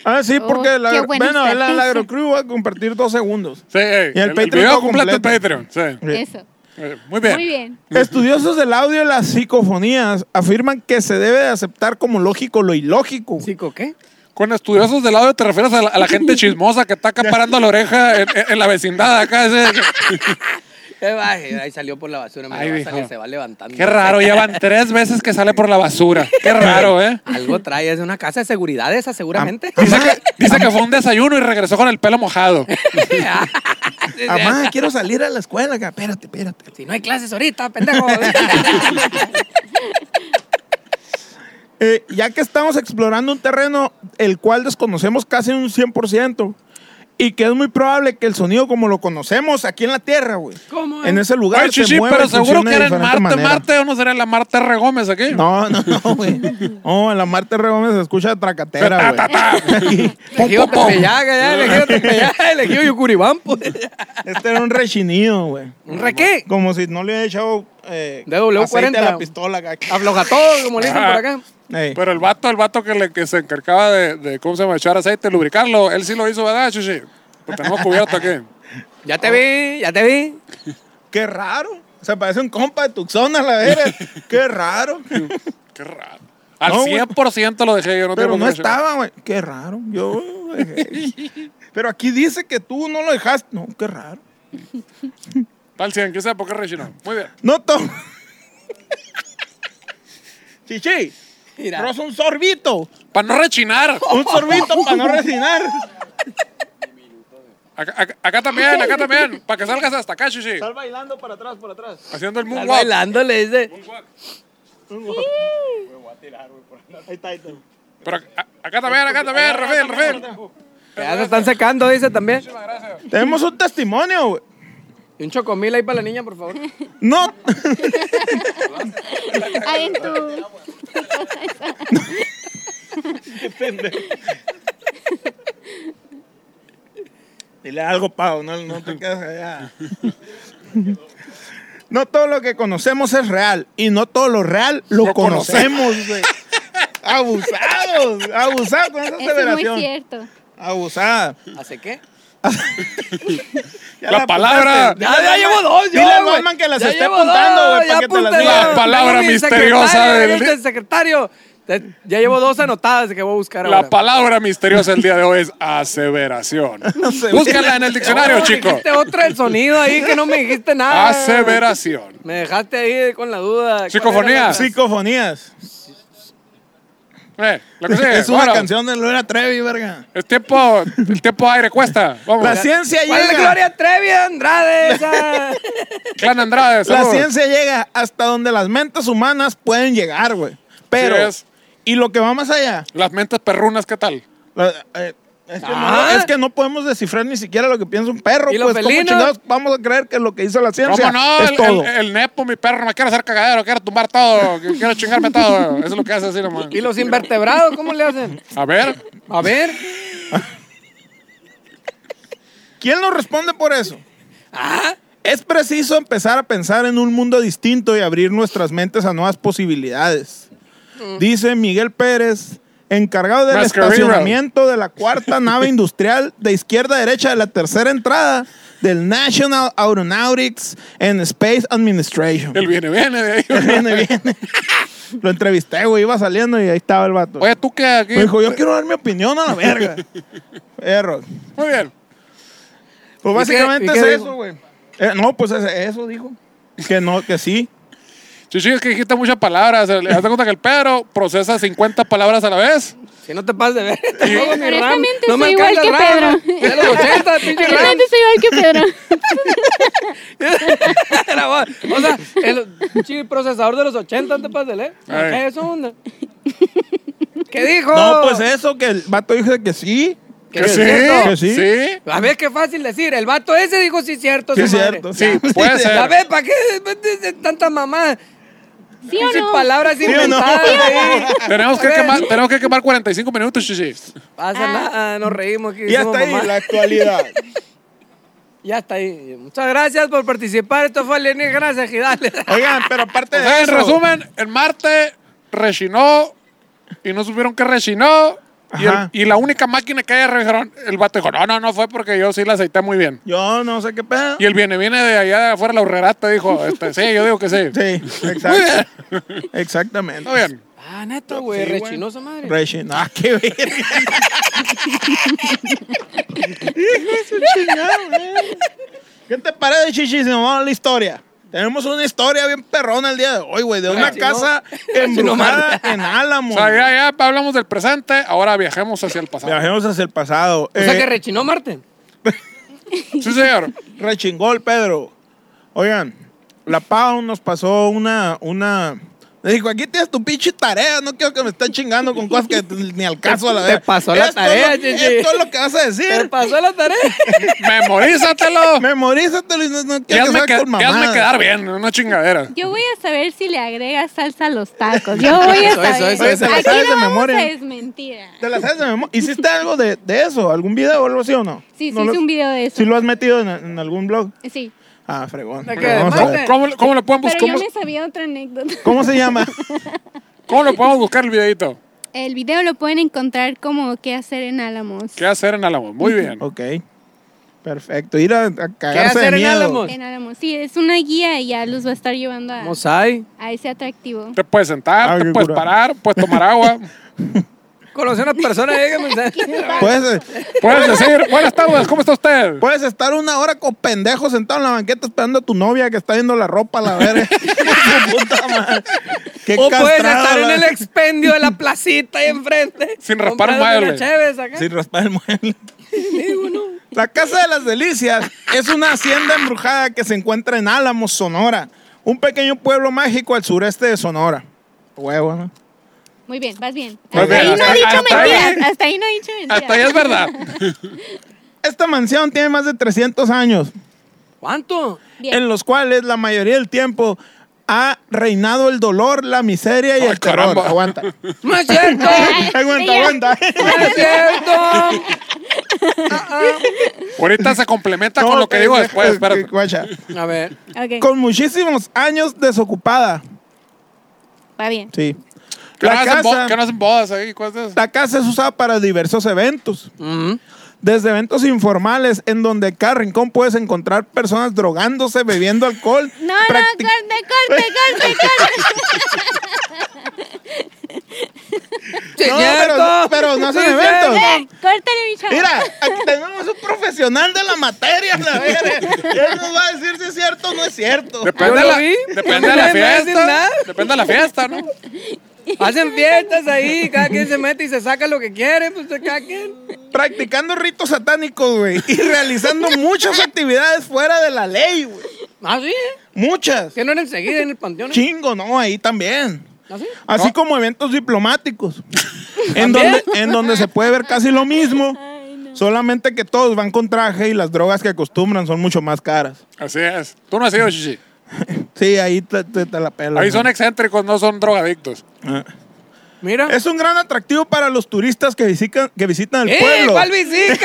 B: Ah, sí,
C: Oh,
B: porque la,
C: qué bueno
B: bueno,
C: está
B: el, el
C: eso.
B: agrocrew va a compartir dos segundos.
A: sí, eh,
B: y el
A: el, el
B: Patreon
A: video
B: todo
A: completo en
B: completo.
A: Patreon. Sí.
C: Eso.
A: Eh, Muy bien.
C: Muy bien.
B: Estudiosos del audio y las psicofonías afirman que se debe de aceptar como lógico lo ilógico. güey.
D: ¿Chico qué?
A: Con estudiosos del lado te refieres a la, a la gente chismosa que está acaparando la oreja en, en- en la vecindad acá. ese-
D: Te baje. Ahí salió por la basura. Mira,
A: Ay,
D: va a
A: dijo.
D: salir, se va levantando.
A: Qué raro, ya van tres veces que sale por la basura. Qué raro, ¿eh?
D: Algo trae. Es una casa de seguridad esa, seguramente.
A: Dice que, dice que fue un desayuno y regresó con el pelo mojado.
B: Amá, quiero salir a la escuela. acá. Espérate, espérate.
D: si no hay clases ahorita, pendejo.
B: Eh, ya que estamos explorando un terreno el cual desconocemos casi un 100%, Y que es muy probable que el sonido como lo conocemos aquí en la Tierra, güey.
D: ¿Cómo, eh?
B: En ese lugar
A: Oye,
B: se
A: chichi,
B: mueve
A: pero
B: y
A: seguro
B: funciona
A: que
B: de
A: era en
B: diferente
A: Marte,
B: manera.
A: Marte, o no sería la Marta R. Gómez aquí.
B: No, no, no, güey. No, en la Marte R. Gómez se escucha tracatera,
A: Ta, ta,
B: güey.
A: ta. Pum,
D: Elegido
A: pum, pum.
D: Tepeyaga, ya, elegido Tepeyaga, elegido Yucuribán, pues.
B: Este era un rechinido, güey.
D: ¿Un re qué?
B: Como si no le hubiera echado eh,
D: DW40.
B: aceite a la pistola. acá.
D: Afloja todo, como le dicen por
A: Ajá.
D: acá.
B: Ey.
A: Pero el vato, el vato que, le, que se encargaba de, de, ¿cómo se llama? Echar aceite, lubricarlo, él sí lo hizo, ¿verdad, Chuchi? Lo tenemos cubierto aquí.
D: Ya te vi, ya te vi.
B: Qué raro. Se parece un compa de Tucson a la verga. Qué raro.
A: Qué raro. Al
B: No, güey.
A: 100% lo dejé yo, no
B: Pero
A: tengo
B: no estaba, güey. Qué raro. Yo. güey. Pero aquí dice que tú no lo dejaste. No, qué raro.
A: Al 100, quizá porque rechinó. Muy bien.
B: No toma. Chichi,
D: Mira.
B: rosa un sorbito.
A: Para no rechinar.
B: Un sorbito para no resinar.
A: Acá, acá- acá también, acá también. Para que salgas hasta acá, Chuchi.
B: bailando para atrás, para atrás.
A: Haciendo el
D: Está
A: moonwalk.
D: bailando, le dice.
B: Ahí está, ahí está.
A: Pero acá, acá también, acá también, Rafael, Rafael.
D: Ya se están secando, dice también.
B: Tenemos un testimonio, güey.
D: Y un chocomil ahí para la niña, por favor.
B: No.
C: Ay, en tu-
B: Dile algo, Pau, no, no te quedes allá. No todo lo que conocemos es real. Y no todo lo real lo,
A: Lo conocemos.
B: conocemos, güey. Abusados, abusados con esa
C: Eso es muy
B: aseveración.
C: cierto.
B: Abusada.
D: ¿Hace qué?
B: Ya
A: La palabra.
B: apuntaste.
D: Ya, ya llevo dos, yo.
B: Dile al
D: güey.
B: Batman que las
D: Ya
B: esté
D: llevo
B: apuntando,
D: dos,
B: güey,
D: ya
B: para que te las
D: apunté
B: diga.
D: dos.
A: La palabra
D: Tengo mi
A: misteriosa
D: secretario,
A: del-
D: este secretario. Te- Ya llevo dos anotadas que voy a buscar ahora.
A: La palabra misteriosa del día de hoy es aseveración.
B: sé.
A: Búscala en el diccionario,
D: No,
A: chico.
D: Dijiste otro el sonido ahí que no me dijiste
B: "Ah".
D: nada.
A: Aseveración.
D: Me dejaste ahí con la duda. ¿Cuál
A: Psicofonía.
D: era la-
B: Psicofonías.
A: Eh, lo que sigue.
B: es una
A: Bueno,
B: canción de Lorena Trevi, verga.
A: El tiempo, el tiempo aire cuesta. Vamos.
B: La ciencia
D: ¿Cuál es la
B: llega.
D: Gloria Trevi de Andrade esa?
A: eh, Clan Andrade,
B: La
A: saludos.
B: ciencia llega hasta donde las mentes humanas pueden llegar, güey. Pero,
A: Sí es.
B: ¿y lo que va más allá?
A: Las mentes perrunas, ¿qué tal?
B: La- eh, es, que
D: Ah.
B: no, es que no podemos descifrar ni siquiera lo que piensa un perro.
D: ¿Y
B: Pues,
D: los
B: ¿cómo
D: felinos?
B: chingados vamos a creer que lo que hizo la ciencia
A: ¿Cómo no?
B: es
A: el,
B: todo?
A: el- el Nepo, mi perro, me quiere hacer cagadero, quiere tumbar todo, que- quiero chingarme todo. Eso es lo que hace así nomás.
D: ¿Y los invertebrados cómo le hacen?
A: A ver,
D: A ver.
B: ¿Quién nos responde por eso?
A: Ah.
B: Es preciso empezar a pensar en un mundo distinto y abrir nuestras mentes a nuevas posibilidades.
A: Mm.
B: Dice Miguel Pérez, encargado del
A: Mascarero.
B: estacionamiento de la cuarta nave industrial de izquierda a derecha de la tercera entrada del National Aeronautics and Space Administration.
A: el viene, viene de ahí.
B: Viene, viene. Lo entrevisté, güey, iba saliendo y ahí estaba el vato.
A: Oye, eh, tú que aquí.
B: Me dijo, yo quiero dar mi opinión a la verga. Error.
A: Muy bien.
B: Pues
D: qué-
B: básicamente
D: y qué
B: es
D: dijo?
B: eso, güey. Eh, no, pues es- eso dijo. Que no, que sí.
A: Chichi, es que dijiste muchas palabras. Le das cuenta que el Pedro procesa 50 palabras a la vez.
D: Si no te pases de ver.
C: Honestamente,
D: Mi RAM,
C: soy igual
D: alcanza
C: que
D: el RAM.
C: Pedro.
D: De los 80, pinche RAM.
C: Honestamente, soy igual que Pedro.
D: Era vos. o sea, el pinche procesador de los 80, no te pases de leer.
A: Ay.
D: ¿Qué es eso, onda? ¿Qué dijo?
B: No, pues eso, que el vato dijo que sí.
D: ¿Qué
A: Que
D: es
A: sí.
D: cierto?
B: Que sí.
A: Sí.
D: A ver, qué fácil decir. El vato ese dijo sí cierto.
B: Sí, es
D: su madre.
B: cierto.
A: Sí, puede ser.
D: A ver, ¿para qué de- de- de tanta mamá?
C: ¿Sí o
D: Pinches
C: no?
D: palabras
B: o no?
D: inventadas. ahí.
A: Tenemos que,
D: A ver,
A: quemar, tenemos que quemar 45 minutos, Chichi.
D: Pasa
C: Ah.
D: nada, nos reímos. Aquí
B: Y hasta
D: somos
B: ahí
D: mamá.
B: la actualidad.
D: Ya está ahí. Muchas gracias por participar. Esto fue Alienígenas Ejidales.
B: Oigan, pero aparte
A: O
B: de
A: sea, en
B: eso.
A: resumen, el Marte rechinó y no supieron que rechinó. Y,
B: Ajá.
A: el- y la única máquina que haya revisaron, el vato dijo, no, no, no fue porque yo sí la aceité muy bien.
B: Yo no sé qué pedo.
A: Y el viene, viene de allá de afuera, la urrerata, dijo, este, sí, yo digo que sí.
B: Sí, exacto. Exactamente.
A: Está bien.
D: Ah, neto, güey.
B: Sí, güey.
D: rechinosa madre.
B: Reshi. Ah, qué verga. Hijo de su chingada, güey. ¿Qué te parece, Chichi, si nos vamos a la historia? Tenemos una historia bien perrona el día de hoy, güey, de una
D: Reshi, no.
B: casa
D: Reshi, no,
B: embrujada
D: Marta.
B: en Álamo.
A: O sea, ya, ya hablamos del presente, ahora viajemos hacia el pasado.
B: Viajemos hacia el pasado.
D: O sea
B: Eh,
D: que rechinó Marte.
A: Sí, señor.
B: Rechingol, Pedro. Oigan, la Pau nos pasó una, una Le dijo, aquí tienes tu pinche tarea, no quiero que me estén chingando con cosas que ni al caso a la
D: Te
B: vez.
D: pasó la tarea,
B: es lo,
D: Gigi.
B: Esto es lo que vas a
D: Te
B: decir.
D: pasó la tarea.
A: Memorízatelo.
B: Memorízatelo y no, no
A: Y
B: quiero que
A: hazme,
B: salga
A: que-
B: con
A: y hazme
B: mamá.
A: quedar bien, una chingadera.
C: Yo voy a saber si le agrega salsa a los tacos. Yo voy a
D: Eso, eso,
C: saber.
D: eso, eso,
B: lo
C: Aquí
B: sabes de
C: no vamos
B: memoria.
C: a desmentir.
B: ¿Te la sabes de memoria? ¿Hiciste algo de, de eso? ¿Algún video o algo así o no?
C: Sí, sí,
B: ¿No
C: hice
B: lo-
C: un video de eso.
B: ¿Sí lo has metido en, en algún blog?
C: Sí.
B: Ah, fregón.
D: ¿De qué?
B: Bueno, vamos a
D: ¿Mande?
B: ver.
A: ¿Cómo, cómo le pueden
C: Pero
A: buscar? ¿Cómo,
C: yo me sabía otra anécdota.
B: ¿Cómo se llama?
A: cómo le podemos buscar el videito?
C: El video lo pueden encontrar como qué hacer en Álamos.
A: ¿Qué hacer en Álamo? Muy bien.
B: ok. Perfecto. Ir a, a cagarse
D: hacer
B: de
D: en
B: miedo.
D: Álamos?
C: En Álamos. Sí, es una guía y ya los va a estar llevando a,
D: Mosai.
C: a ese atractivo.
A: Te puedes sentar,
B: Ah,
A: te
B: qué
A: puedes
B: curado.
A: parar, puedes tomar agua,
D: Conocí a una persona, dígame. ¿sabes?
B: Puedes,
A: puedes decir, buenas tardes, ¿cómo está usted?
B: puedes estar una hora con pendejos sentado en la banqueta esperando a tu novia que está viendo la ropa a la verga. Su puta madre. Qué
D: O puedes
B: castrada,
D: estar en
B: la-
D: el expendio de la placita ahí enfrente.
A: Sin raspar un
D: Comprándote
A: mueble.
D: unas cheves acá.
B: Sin raspar el mueble. La Casa de las Delicias es una hacienda embrujada que se encuentra en Álamos, Sonora, un pequeño pueblo mágico al sureste de Sonora. Huevo, ¿no?
C: Muy bien, vas bien.
A: Muy
C: hasta
A: bien,
C: ahí no
A: hasta-
C: he dicho
A: hasta ahí-
C: mentiras. Hasta ahí no he dicho mentiras.
A: Hasta ahí es verdad.
B: Esta mansión tiene más de 300 años,
D: ¿Cuánto?
C: Bien.
B: en los cuales la mayoría del tiempo ha reinado el dolor, la miseria y
A: Ay,
B: el terror.
A: caramba.
B: Aguanta.
D: ¡No es cierto!
B: aguanta,
C: Ya.
B: aguanta.
D: ¡No es cierto!
A: Ahorita se complementa
B: No,
A: con lo que digo después, espérate.
B: guacha.
D: A ver.
C: Ok,
B: Con muchísimos años desocupada.
C: va bien.
B: Sí.
A: ¿Qué no
B: La
A: hacen bo-
B: casa,
A: qué no hacen bodas ahí? ¿Cuál es?
B: la casa es usada para diversos eventos.
D: Ujú.
B: Desde eventos informales en donde en cada rincón puedes encontrar personas drogándose, bebiendo alcohol.
C: No,
B: practi-
C: no, corte, corte, corte, corte.
D: ¡Sí es
B: No,
D: cierto!
B: pero- pero no
D: ¡Sí
B: hacen
D: es cierto!
B: eventos.
C: Eh, Córtale, mi chavo.
B: Mira, aquí tenemos un profesional de la materia, la verga. Él nos va a decir si es cierto o no es cierto.
A: Depende,
D: Yo
A: de
D: lo
A: la,
D: vi.
A: depende
D: Yo
A: de la
D: no voy a decir
A: fiesta.
D: nada.
A: Depende de la fiesta, ¿no?
D: Hacen fiestas ahí, cada quien se mete y se saca lo que quiere, pues de cada quien.
B: Practicando ritos satánicos, güey. Y realizando muchas actividades fuera de la ley, güey.
D: ¿Ah, sí?
B: Muchas.
D: Que no era enseguida en el panteón. ¿eh?
B: Chingo, ¿no? Ahí también.
D: ¿Ah, sí?
B: Así
A: No.
B: como eventos diplomáticos. en,
D: ¿También?
B: donde, en donde se puede ver casi lo mismo. Solamente que todos van con traje y las drogas que acostumbran son mucho más caras.
A: Así es. Tú no has ido, Chichi.
B: Sí, ahí te, te- te la pela.
A: Ahí
B: ¿no?
A: son excéntricos, no son drogadictos.
B: Ah.
D: Mira.
B: Es un gran atractivo para los turistas que visitan, que visitan el
D: ¡Eh,
B: pueblo.
D: cuál visitas!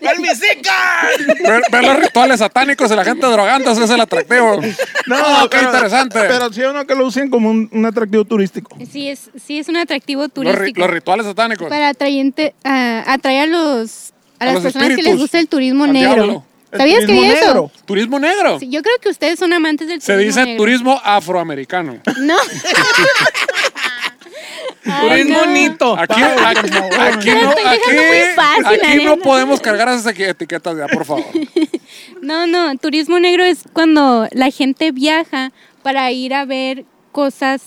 B: ¡Cuál visican!
A: Ver, ver los rituales satánicos y la gente drogándose es el atractivo. Ah,
B: No,
A: qué
B: pero-
A: interesante.
B: Pero sí o no que lo usen como un, un atractivo turístico.
C: Sí, es, sí, es un atractivo
A: los, ri-
C: turístico.
A: los rituales satánicos.
C: para atrayente, a- atraer a los
A: A
C: a, las
A: los
C: personas que les
A: espíritus.
C: gusta el turismo
A: Al
C: negro.
A: diablo.
B: El
C: ¿Sabías que
B: turismo
C: vi eso?
B: negro.
A: Turismo negro.
C: Sí, yo creo que ustedes son amantes del
A: Se
C: turismo
A: dice
C: negro.
A: turismo afroamericano.
C: No. Ay,
D: Turismo
C: no.
D: bonito.
A: Aquí, aquí, aquí
C: Me
A: no,
C: estoy dejando muy fácil,
A: aquí,
C: la
A: aquí no
C: neta.
A: podemos cargar esas equi- etiquetas ya, por favor.
C: No, no, turismo negro es cuando la gente viaja para ir a ver cosas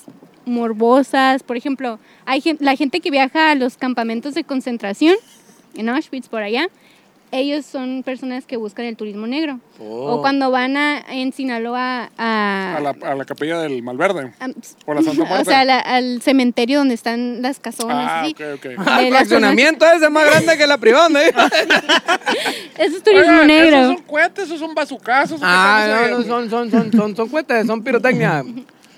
C: morbosas, por ejemplo, hay gen- la gente que viaja a los campamentos de concentración en Auschwitz por allá, ellos son personas que buscan el turismo negro. O cuando van a en Sinaloa
A: Oh.
C: a,
A: A la, a la capilla del Malverde.
C: a-
A: o la Santa Muerte.
C: o sea, la- al cementerio donde están las casonas.
A: Ah,
C: así.
A: ok, ok.
D: Ah,
C: De
D: El
C: las
D: fraccionamiento ese es más grande que la privada, ¿eh? ¿no?
C: Eso es turismo
A: Oigan,
C: negro.
A: Esos son cohetes, esos son bazucazos.
D: Ah, no, no, son, son, son, son, son cuentas, son pirotecnia.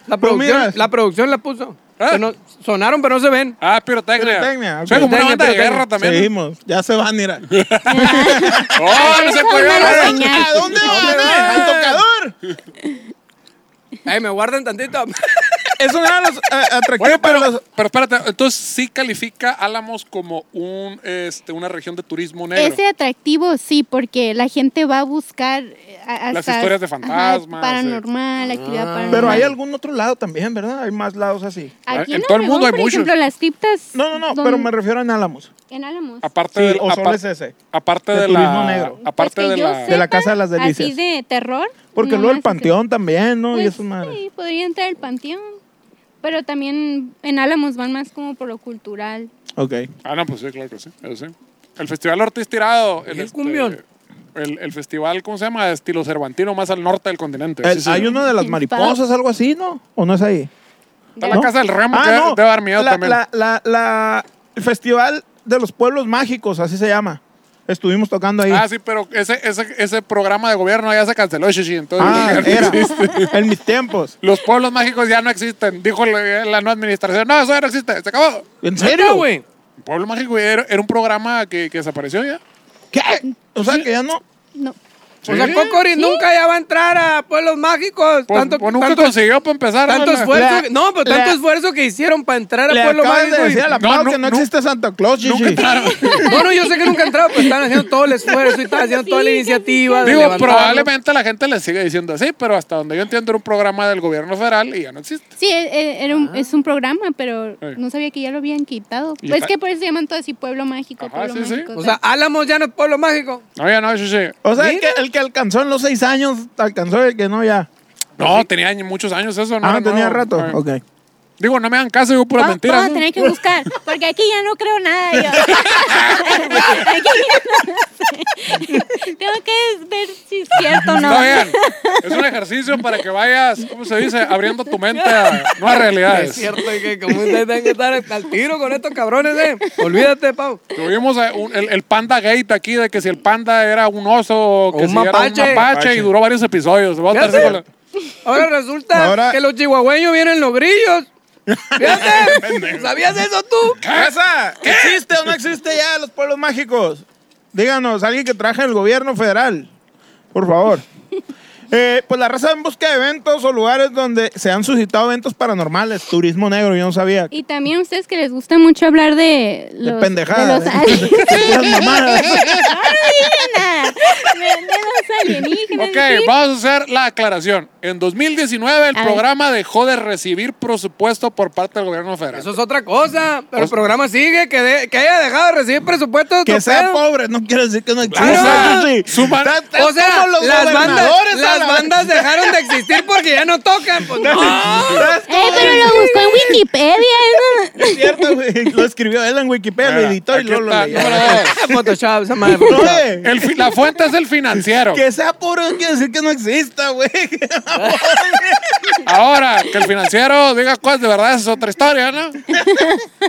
D: La producción,
B: miras.
D: la producción la puso.
A: Ah.
D: Que no- sonaron, pero no se ven.
A: Ah, pirotecnia.
B: Pirotecnia, ok.
A: Soy como una
D: Pirotecnia,
A: banda de
D: pirotecnia.
A: guerra también.
B: Seguimos, ya se van, mira.
A: ¡Oh, no se
C: Eso
A: puede!
C: no lo
A: ver!
C: enseñé.
B: ¿A dónde van? eh?
D: van?
B: ¡Al tocador!
D: Ay, me guardan tantito.
B: Es un gran eh, atractivo
A: Oye,
B: para
A: pero,
B: los...
A: pero espérate, entonces sí califica Álamos como un, este, una región de turismo negro.
C: Ese atractivo sí, porque la gente va a buscar eh, a-
A: Las
C: hasta-
A: historias de
C: ajá,
A: fantasmas, eh.
C: paranormal, actividad paranormal.
B: Ah. Pero hay algún otro lado también, ¿verdad? Hay más lados así.
C: Aquí
A: En
C: en
A: todo el mundo
C: Obregón,
A: hay
C: por
A: muchos.
C: ejemplo, las criptas.
B: No, no, no,
C: son
B: pero me refiero en Álamos.
C: En Álamos.
A: Aparte
B: Sí,
A: del
B: o solo
A: apar-
B: es ese.
A: Aparte
B: De
A: de, la
B: turismo negro.
A: aparte
C: Pues que
A: de
C: yo
A: la
B: De la
C: sepa,
B: Casa de las Delicias.
C: Así de terror.
B: Porque
C: no
B: luego el
C: más es el-
B: panteón también, ¿no? y
C: Pues
B: eso madre.
C: sí, podría entrar el panteón. Pero también en Álamos van más como por lo cultural.
B: Ok.
A: Ah, no, pues sí, claro que sí. eso sí. El Festival Ortiz Tirado. El,
D: el cumbión?
A: el, el festival, ¿cómo se llama? Estilo Cervantino, más al norte del continente.
B: El-
A: Sí, sí.
B: Eh, Hay una de las mariposas, algo así, ¿no? ¿O no es ahí?
A: Está la
B: ¿No?
A: casa del ramo que debe dar miedo
B: la,
A: también.
B: la- la- la- el Festival de los Pueblos Mágicos, así se llama. Estuvimos tocando ahí.
A: Ah, sí, pero ese, ese, ese programa de gobierno ya se canceló, Shishi. Entonces,
B: Ah,
A: ya no
B: era.
A: existe.
B: En mis tiempos.
A: Los pueblos mágicos ya no existen. Dijo la, la no administración. No, eso ya no existe. Se acabó.
B: ¿En
D: Neta,
B: serio?
D: güey?
A: Pueblo Mágico era, era un programa que, que desapareció ya.
B: ¿Qué? O sea, que ya no.
C: No.
D: O sea,
A: Sí.
D: Cocorin nunca ya va a entrar a Pueblos Mágicos.
A: Pues,
D: tanto,
A: pues nunca
D: tanto-
A: consiguió para empezar.
D: tanto
A: ¿no?
D: esfuerzo.
B: Le-
D: que- no, pero tanto
B: le-
D: esfuerzo que hicieron para entrar a
B: Le
D: Pueblos
B: acabas de
D: Mágicos. y-
B: decir a la
A: No,
B: Pau
A: no,
B: que no,
A: no.
B: existe Santa Claus, Gigi.
A: Nunca entraron.
D: No, no, yo sé que nunca entraron, pero están haciendo todo el esfuerzo y están haciendo toda la
C: Sí,
D: iniciativa. de
A: Digo,
D: levantarlo.
A: probablemente la gente le sigue diciendo así, pero hasta donde yo entiendo era un programa del gobierno federal y ya no existe.
C: Sí, e- e- era
B: Ah.
C: un- es un programa, pero
A: Eh.
C: no sabía que ya lo habían quitado.
A: Y
C: Pues
A: ta-
C: que por eso se llaman todo así Pueblo Mágico,
A: Ajá,
C: Pueblo
A: sí, sí.
C: Mágico.
D: O sea, Álamos ya no es Pueblo Mágico.
A: No, ya no, sí, sí.
B: O sea, el
D: Mira.
B: que, el que alcanzó en los seis años, alcanzó el que no ya.
A: No, tenía años- muchos años eso. No,
B: ah,
A: era
B: tenía
A: nuevo.
B: rato.
A: Eh,
B: Ok.
A: Digo, no me hagan caso, digo puras
C: Va-
A: mentiras.
C: Vamos a tener que buscar, porque aquí ya no creo nada. yo. Aquí ya no sé. Tengo que ver si es cierto o no.
A: Está bien. Es un ejercicio para que vayas, ¿cómo se dice? Abriendo tu mente a nuevas
D: Es
A: realidades.
D: cierto que como ustedes tienen que estar al tiro con estos cabrones, eh. Olvídate, Pau.
A: Tuvimos eh, un- el, el panda gate aquí de que si el panda era un oso o que
D: un
A: si
D: mapache.
A: era un mapache y duró varios episodios. Vamos a estar así con la-
D: Ahora resulta
B: Ahora-
D: que los chihuahueños vienen los grillos. Fíjate, ¿sabías eso tú?
B: Raza, ¿existe o no existe ya los pueblos mágicos? Díganos, alguien que traje el gobierno federal, por favor. Eh, pues la raza en busca de eventos o lugares donde se han suscitado eventos paranormales, turismo negro, yo no sabía.
C: Y también a ustedes que les gusta mucho hablar de
B: De
C: los...
B: pendejadas. ¿eh?
C: De los aliens.
B: Puras mamadas.
C: No, no dije nada. De, de los alienígenas.
A: Ok,
C: sí.
A: vamos a hacer la aclaración. En 2019 el
C: A ver.
A: programa dejó de recibir presupuesto por parte del gobierno federal.
D: Eso es otra cosa. Pero el programa sigue, que, de- que haya dejado de recibir presupuesto. es
B: Que
D: otro
B: sea
D: pedo.
B: pobre no quiere decir que no existe.
A: Claro.
B: Sí.
A: Suman-
B: Está- está
D: O sea,
B: como los
D: las bandas,
B: gobernadores a
D: las
B: la
D: bandas dejaron de existir porque ya no tocan. Pues no.
B: Estás
C: Eh, pero lo buscó en Wikipedia. eso no-
B: Es cierto, güey. Ah, Lo escribió él en Wikipedia, lo
A: Mira,
B: editó y
A: aquí
B: luego lo
A: está,
B: leyó.
A: número dos.
D: Photoshop, esa madre.
B: No,
D: Photoshop.
B: eh.
A: El fi- la fuente es el financiero.
B: Que sea pobre eh, no quiere decir que no exista, güey.
A: Ahora, que el financiero diga cosas de verdad es otra historia, ¿no?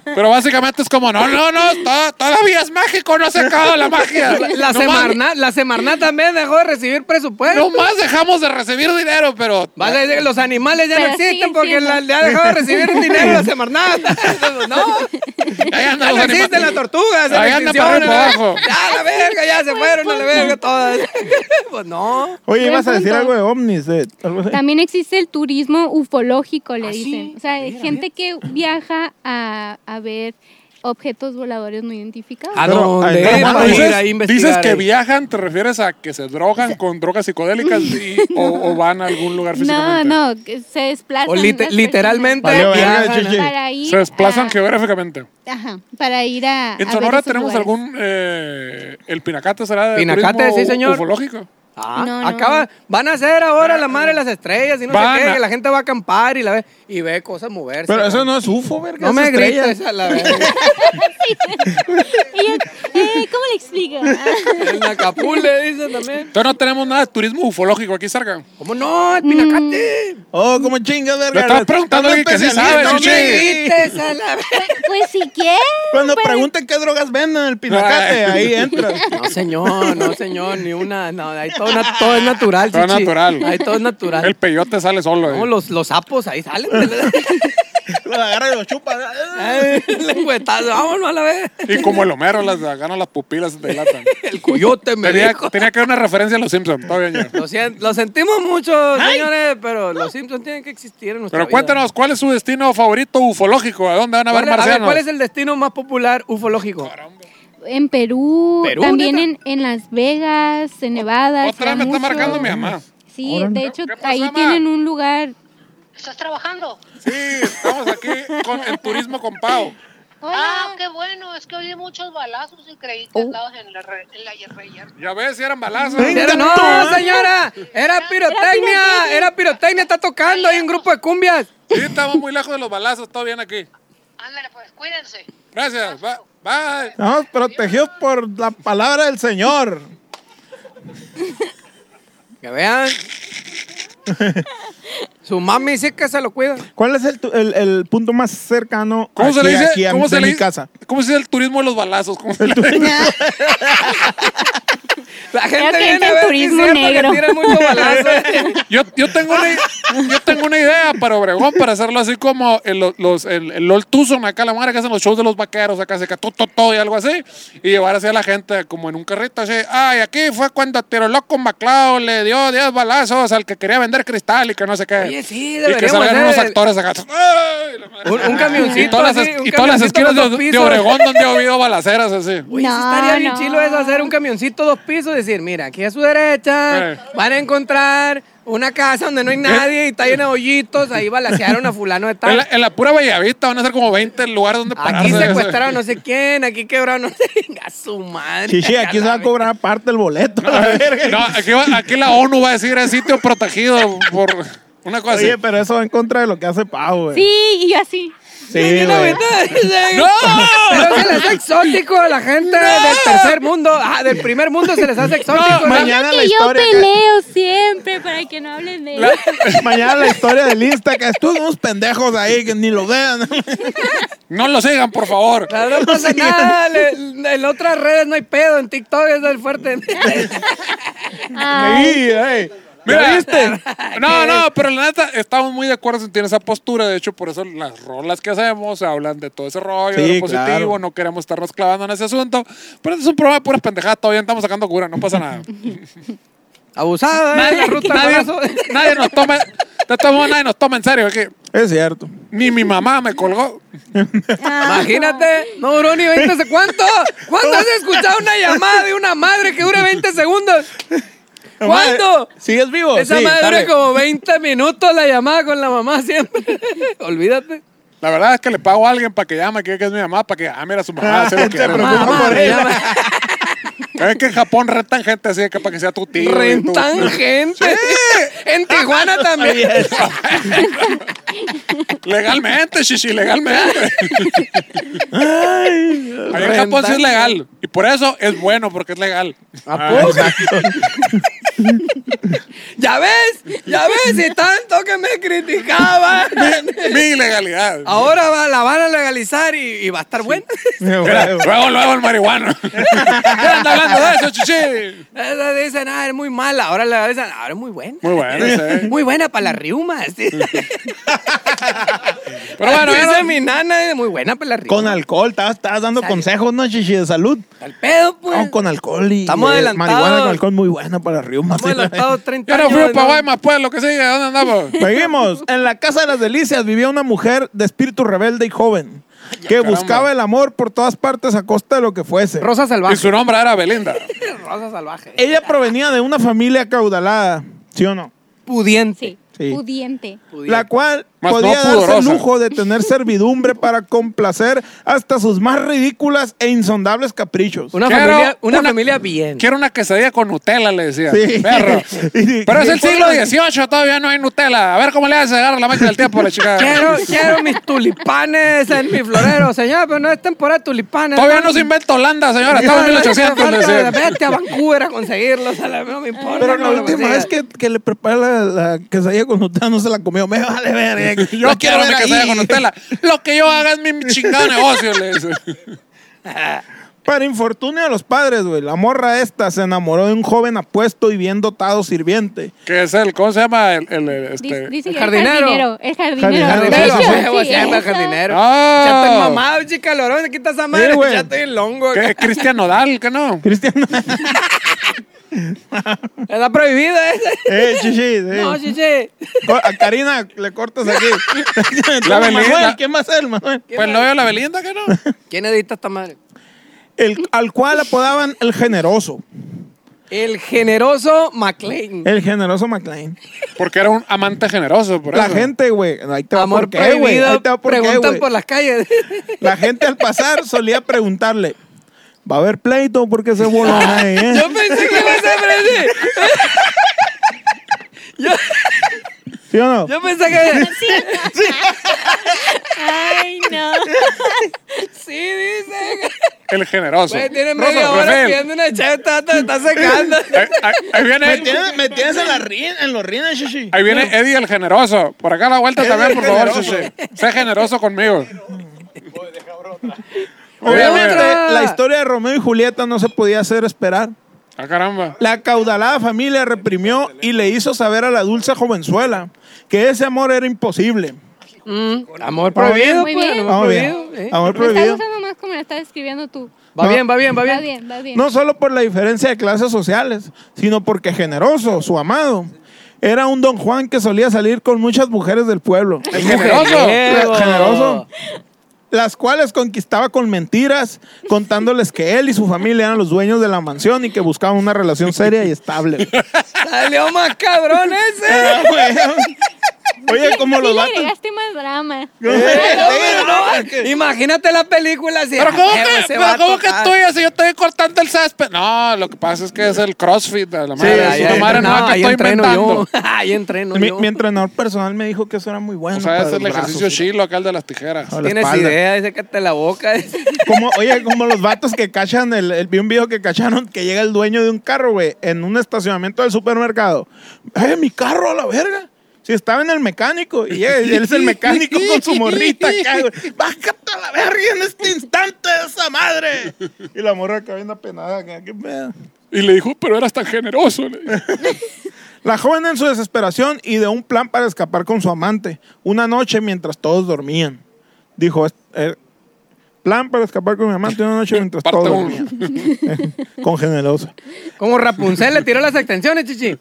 A: Pero básicamente es como, no, no, no, to- todavía es mágico, no se ha acabado la magia.
D: La, Semarnat, la Semarnat también dejó de recibir presupuesto.
A: No más dejamos de recibir dinero, pero...
D: Vas a decir que los animales ya no
C: Pero
D: existen
C: siguen
D: porque
C: siendo.
D: la, le ha dejado de recibir dinero la Semarnat. No,
A: Ahí andan
D: ya no
A: los anima-
D: existen las tortugas. en
A: Ahí anda
D: extinción,
A: para arriba y para
D: ¿verdad?
A: abajo.
D: Ya, la verga, ya se fueron a la verga todas. Pues no.
B: Oye,
C: Buen
B: ibas a decir
C: punto.
B: algo de ovnis, eh, algo así.
C: También existe el turismo ufológico, le
D: ¿Ah, sí?
C: dicen. O sea, hay
D: Mira,
C: gente que viaja a, a ver objetos voladores no identificados.
D: ¿A
B: Pero,
D: dónde?
B: ay,
D: Para
B: no
D: ir
B: mames.
A: Dices,
D: ahí a investigar
A: dices que
D: ahí.
A: viajan, ¿te refieres a que se drogan con drogas psicodélicas y- o, o van a algún lugar
C: No,
A: físicamente?
C: no, que se desplazan.
D: O lite-
C: las
D: literalmente
B: Valió verga,
D: viajan a-
B: chichi.
C: personas Para ir
A: Se desplazan
C: a-
A: geográficamente.
C: Ajá, para ir a.
A: En
C: a ver
A: Sonora
C: esos
A: tenemos
C: lugares.
A: algún... eh, el Pinacate será de
D: Pinacate,
A: turismo
D: sí, señor.
A: ufológico.
D: Ah,
C: No, no,
D: acaba,
C: no.
D: van a hacer ahora la madre de las estrellas y no
A: Van
D: sé qué,
A: a-
D: que la gente va a acampar y la ve y ve cosas moverse.
B: Pero eso no es UFO, verga.
D: No
B: es
D: me
B: estrella.
D: grites a la verga.
C: Y yo, eh, ¿Cómo le explico? Ah,
D: En Acapulco le dicen también.
A: Entonces no tenemos nada de turismo ufológico aquí cerca.
D: ¿Cómo no?
C: Mm.
D: El pinacate.
B: Oh, como chingas, verga.
A: Le estás preguntando a
B: Ando
A: alguien que sí
B: especialista,
A: sabe,
D: No
A: sí,
D: me
A: sí.
B: güey.
D: grites a la verga.
C: pues si quieres. pues,
B: Cuando pregunten qué drogas venden en el pinacate,
A: Ay.
B: ahí entra.
D: No, señor, no, señor, ni una. No, ahí todo, na- todo es natural,
A: Todo
D: chichi.
A: natural.
D: Ahí todo es natural.
A: El peyote sale solo. eh.
D: No, los, los sapos ahí salen.
B: Lo agarra y lo chupa.
D: Ay, Lengüetazo, vámonos a la vez.
A: Y como el Homero, las ganan las pupilas, se dilatan.
D: El coyote me
A: Tenía,
D: dijo.
A: tenía que haber una referencia a los Simpsons. Está bien, ya.
D: Lo, sien- lo sentimos mucho, señores, pero los Simpsons tienen que existir en nuestra
A: Pero
D: vida.
A: cuéntanos, ¿cuál es su destino favorito ufológico? ¿A dónde van a
D: ¿Cuál,
A: ver
D: es- a ver,
A: marcianos?
D: ¿cuál es el destino más popular ufológico?
C: En Perú,
D: Perú,
C: también
D: neta.
C: en, en Las Vegas, en Nevada. se
A: Otra vez
C: da
A: me está
C: mucho.
A: marcando mi mamá.
C: Sí, de hecho,
A: ¿Qué pasó,
C: ahí
A: mamá?
C: tienen un lugar.
E: ¿Estás trabajando?
A: Sí, estamos aquí con el turismo con Pau.
E: Ah, qué bueno, es que oí muchos balazos y creí que estabas en la, re- en la yerreyer.
A: Ya ves, si eran balazos.
D: Pero no, señora, era pirotecnia, era pirotecnia, está tocando, hay un grupo de cumbias.
A: Sí, estamos muy lejos de los balazos. Todo bien aquí.
E: Ándale, pues cuídense.
A: Gracias. ba- Bye.
B: Estamos protegidos por la palabra del Señor.
D: Que vean. Su mami dice que se lo cuida.
B: ¿Cuál es el, tu- el- el punto más cercano
A: ¿Cómo se
B: aquí-
A: le dice?
B: aquí a
A: ¿Cómo
B: de
A: se le
B: mi
A: dice?
B: casa?
A: ¿Cómo se dice el turismo de los balazos? ¿Cómo se le-
C: Ah,
D: La
C: que
D: gente viene
C: entra
D: a
C: el
D: ver si es
C: turismo
D: cierto que
C: negro.
D: tiran mucho balazo. eh.
A: Yo, yo, tengo una, yo tengo una idea para Obregón, para hacerlo así como el, los, el, el LOL Tucson, acá la madre que hacen los shows de los vaqueros, acá se todo, todo y algo así, y llevar así a la gente como en un carrito, así, ay, aquí fue cuando Tiro Loco MacLeod le dio 10 balazos al que quería vender cristal y que no sé qué.
D: Oye, sí,
A: y que
D: deberíamos
A: salgan unos
D: hacer-
A: actores acá. ¡ay, la madre!
D: Un- un camioncito
A: Y todas las,
D: así, un
A: y todas las esquinas
D: camioncito con
A: de,
D: dos
A: de
D: pisos.
A: Obregón donde ha habido balaceras así.
D: Oye, sí
C: No,
D: estaría bien
C: no.
D: chilo eso, hacer un camioncito dos pisos y decir, mira, aquí a su derecha
A: Eh.
D: van a encontrar una casa donde no hay nadie y está llena de hoyitos, ahí balacearon a fulano de
A: En la,
D: tal.
A: en la pura Bellavista van a ser como 20 lugares donde pararse.
D: Aquí secuestraron no sé quién, aquí quebraron no sé a su madre.
B: Chichi, aquí se va a cobrar aparte el boleto. la verga.
A: No, aquí, va- aquí la ONU va a decir es sitio protegido por una cosa
B: Oye,
A: así.
B: pero eso va en contra de lo que hace Pau, güey.
C: Sí, y yo así.
B: Sí, güey.
D: ¡No! Pero se les hace exótico a la gente del tercer mundo. Ah, del primer mundo se les hace exótico. ¿no?
B: mañana-
C: Es
B: la
C: que yo
B: historia acá.
C: peleo siempre para que no hablen de él.
B: Mañana la historia del Insta, que estuvimos unos pendejos ahí que ni lo vean.
A: No lo sigan, por favor.
D: No, Ah, no pasa nada, le- en otras redes no hay pedo, en TikTok es el fuerte.
C: Ay,
B: Sí, ay.
A: Mira, este, No, no, pero la neta, estamos muy de acuerdo en tener esa postura. De hecho, por eso las rolas que hacemos hablan de todo ese rollo,
B: Sí,
A: de lo positivo.
B: claro.
A: No queremos estarnos clavando en ese asunto. Pero es un programa de puras pendejadas. Todavía estamos sacando cura, no pasa nada.
D: Abusado, ¿eh? La ruta del
A: nadie,
D: balazo.
A: nadie nos toma. De todos modos, nadie nos toma en serio. aquí.
B: Es cierto.
A: ni mi mamá me colgó.
D: Imagínate, no duró ni 20 segundos. ¿Cuánto? ¿Cuánto has escuchado una llamada de una madre que dura 20 segundos? ¿Cuándo?
B: ¿Sigues vivo?
D: Esa
B: Oh, Sí,
D: madre dura
B: dale.
D: como 20 minutos la llamada con la mamá siempre. Olvídate.
A: La verdad es que le pago a alguien para que llame, que que es mi mamá, para que llame a su mamá. se lo
B: Ah,
A: que
B: te
A: era.
B: preocupa
D: Mamá,
B: por
D: me
B: ella.
D: llama.
A: Es que en Japón rentan gente así de que para que sea tu tío. y tu-
D: Rentan gente. En Tijuana también.
B: Ah,
A: Legalmente, shishi, legalmente.
B: Ay,
A: Ahí en Japón sí es legal. Y por eso es bueno, porque es legal.
D: ¿A
B: Ah, pues.
D: poco? ¿Ya ves? ¿Ya ves? Y tanto que me criticaban.
A: Mi ilegalidad.
B: Ah,
D: Ahora va- la van a legalizar y, y va a estar buena.
A: Mira,
B: mira, güey.
A: luego, luego el marihuano. Ya anda hablando de eso, chichi.
D: Esa Dicen, ah, es muy mala. Ahora la dicen, ahora es muy buena.
A: Muy bueno, sí.
D: Muy buena para las riumas. Pero
A: Pero bueno, ya
D: esa
A: no-
D: mi nana es muy buena para las riumas.
B: Con alcohol, estabas, estabas dando
D: Sale.
B: consejos, ¿no, Chichi? De salud.
D: Al pedo, pues.
B: No, con alcohol y
D: Estamos
B: y
D: adelantados.
B: marihuana con alcohol muy buena para Riuma.
D: Hemos adelantado 30
A: Yo no
D: años.
A: fui
D: ¿no?
A: para Guaymas, pues, lo que sigue, ¿dónde andamos?
B: Seguimos. En la Casa de las Delicias vivía una mujer de espíritu rebelde y joven que
A: caramba.
B: buscaba el amor por todas partes a costa de lo que fuese.
D: Rosa
A: Y
D: salvaje.
A: su nombre era Belinda.
D: Rosa salvaje.
B: Ella provenía de una familia acaudalada, ¿sí o no?
D: Pudiente.
C: sí,
B: Sí.
C: pudiente.
B: La cual
A: Mas no
B: podía darse el
A: pudorosa.
B: lujo de tener servidumbre para complacer hasta sus más ridículas e insondables caprichos.
D: Una,
A: Quiero
D: familia, una,
A: una-
D: familia bien.
A: Quiero una quesadilla con Nutella, le decía.
B: Sí.
A: Perro.
B: Y-
A: Pero es
B: y-
A: el siglo XVIII, todavía no hay Nutella. A ver cómo le hace llegar a la máquina del tiempo, la chica.
D: Quiero, quiero mis tulipanes en mi florero, señora, pero no es temporada de tulipanes.
A: Todavía no se inventa Holanda, señora. Estaba en 1800. le decía.
D: Vete a Vancouver a conseguirlos, a la no me importa.
B: Pero
D: no
B: la
D: lo
B: última
D: consigas.
B: vez que, que le preparé la, la quesadilla con Nutella no se la comió. Me vale verga.
A: Yo
B: La
A: quiero mi
B: ver
A: quesadilla
B: ahí.
A: con Nutella. Lo que yo haga es mi chingado negocio, le dice.
B: Para infortunio de los padres, güey, la morra esta se enamoró de un joven apuesto y bien dotado sirviente.
A: Que es el, ¿cómo se llama? El, el, este.
C: Dice, dice
D: el
C: que
D: jardinero.
C: el jardinero. El jardinero.
D: Jardinero,
C: De hecho,
D: a huevo,
C: sí,
D: siempre
C: eso.
D: jardinero.
A: Ah.
D: Ya estoy mamado, chica, lorón, aquí está esa madre,
B: Sí, güey.
D: ya estoy en longo.
A: que es Cristian Nodal, que no.
B: Cristiano.
D: Está prohibido ese.
B: eh, chichi. eh.
D: No, chiche.
B: Co- A Karina le cortas aquí.
A: La
B: Manuel,
A: Belinda.
B: ¿Quién va a ser, Manuel?
A: Pues no veo la Belinda, que no.
D: ¿Quién edita esta madre?
B: El, al cual apodaban el generoso.
D: El generoso McLean.
B: El generoso McLean.
A: Porque era un amante generoso, por
B: La
A: eso.
B: gente, güey. Ahí te Este va
D: Amor
B: por qué, güey. Ahí
D: prohibido.
B: te va por qué,
D: preguntan
B: güey.
D: por las calles.
B: La gente al pasar solía preguntarle: ¿Va a haber pleito? Porque se voló ahí, eh?
D: Yo pensé que iba a ser Freddy. Yo,
B: ¿Sí o no?
D: yo pensé que.
C: Ay, no.
D: Sí, dice.
A: el generoso.
D: Güey, tiene
A: Rosa,
D: media hora
A: Rafael,
D: pidiendo una cheta, te está secando.
A: ahí, ahí- ahí
B: Me
A: viene,
B: tienes, me tienes en, la rin- en los rines, Shishi.
A: ahí viene Eddie el generoso. Por acá a la vuelta
B: Eddie
A: también,
B: el
A: por favor,
B: generoso.
A: Chuchi. Sé generoso conmigo.
B: Obviamente,
D: Otra.
B: la historia de Romeo y Julieta no se podía hacer esperar.
A: Ah, caramba.
B: La acaudalada familia reprimió y le hizo saber a la dulce jovenzuela que ese amor era imposible.
D: Mm, amor prohibido,
C: Muy
D: pues.
C: bien.
D: Amor
B: Vamos bien.
D: prohibido. eh.
B: Amor
C: Me está
B: prohibido.
C: gustando más como lo estás escribiendo tú.
D: Va
B: No.
D: bien, va bien, va
C: Va
D: bien.
C: bien, va bien.
B: No solo por la diferencia de clases sociales, sino porque generoso, su amado, era un don Juan que solía salir con muchas mujeres del pueblo.
A: El generoso.
D: Diego.
B: Generoso. las cuales conquistaba con mentiras, contándoles que él y su familia eran los dueños de la mansión y que buscaban una relación seria y estable.
D: Salió más cabrón ese.
B: Ah, güey. Oye, como
C: Sí
B: los
C: le
B: vatos.
C: agregaste más drama.
B: Eh,
D: No, pero no, Imagínate la película así.
A: Pero ¿cómo
D: "Ah,
A: que,
D: ese
A: pero
D: vato
A: ¿cómo que
D: está-
A: tú ya si yo estoy cortando el césped? No, lo que pasa es que es el crossfit de la madre.
D: Sí,
A: es
D: ahí
A: una madre
D: entrenaba,
A: nueva que
D: ahí
A: estoy
D: entreno
A: inventando.
D: yo. Ahí entreno
B: Mi,
D: yo.
B: mi entrenador personal me dijo que eso era muy bueno.
A: O sea,
B: para
A: es el
B: los
A: ejercicio
B: brazos.
A: chilo, acá el de las tijeras.
B: Ahora, la
D: Tienes
B: espalda.
D: idea, dice que te la boca. dice.
B: Como, oye, como los vatos que cachan, el, el- vi un video que cacharon que llega el dueño de un carro, güey, en un estacionamiento del supermercado. ¡Eh, mi carro a la verga! Si estaba en el mecánico, y llega- y él es el mecánico con su morrita acá, güey. ¡Bájate a la verga en este instante de esa madre! Y la morra acá viendo apenada, acá, ¿qué pedo?
A: Y le dijo, pero eras tan generoso. le dijo.
B: La joven en su desesperación y de un plan para escapar con su amante, una noche mientras todos dormían. Dijo, "Es- eh, plan para escapar con mi amante una noche mientras
A: Parte
B: todos
A: uno.
B: dormían. con generoso.
D: Como Rapunzel le tiró las extensiones, chichi.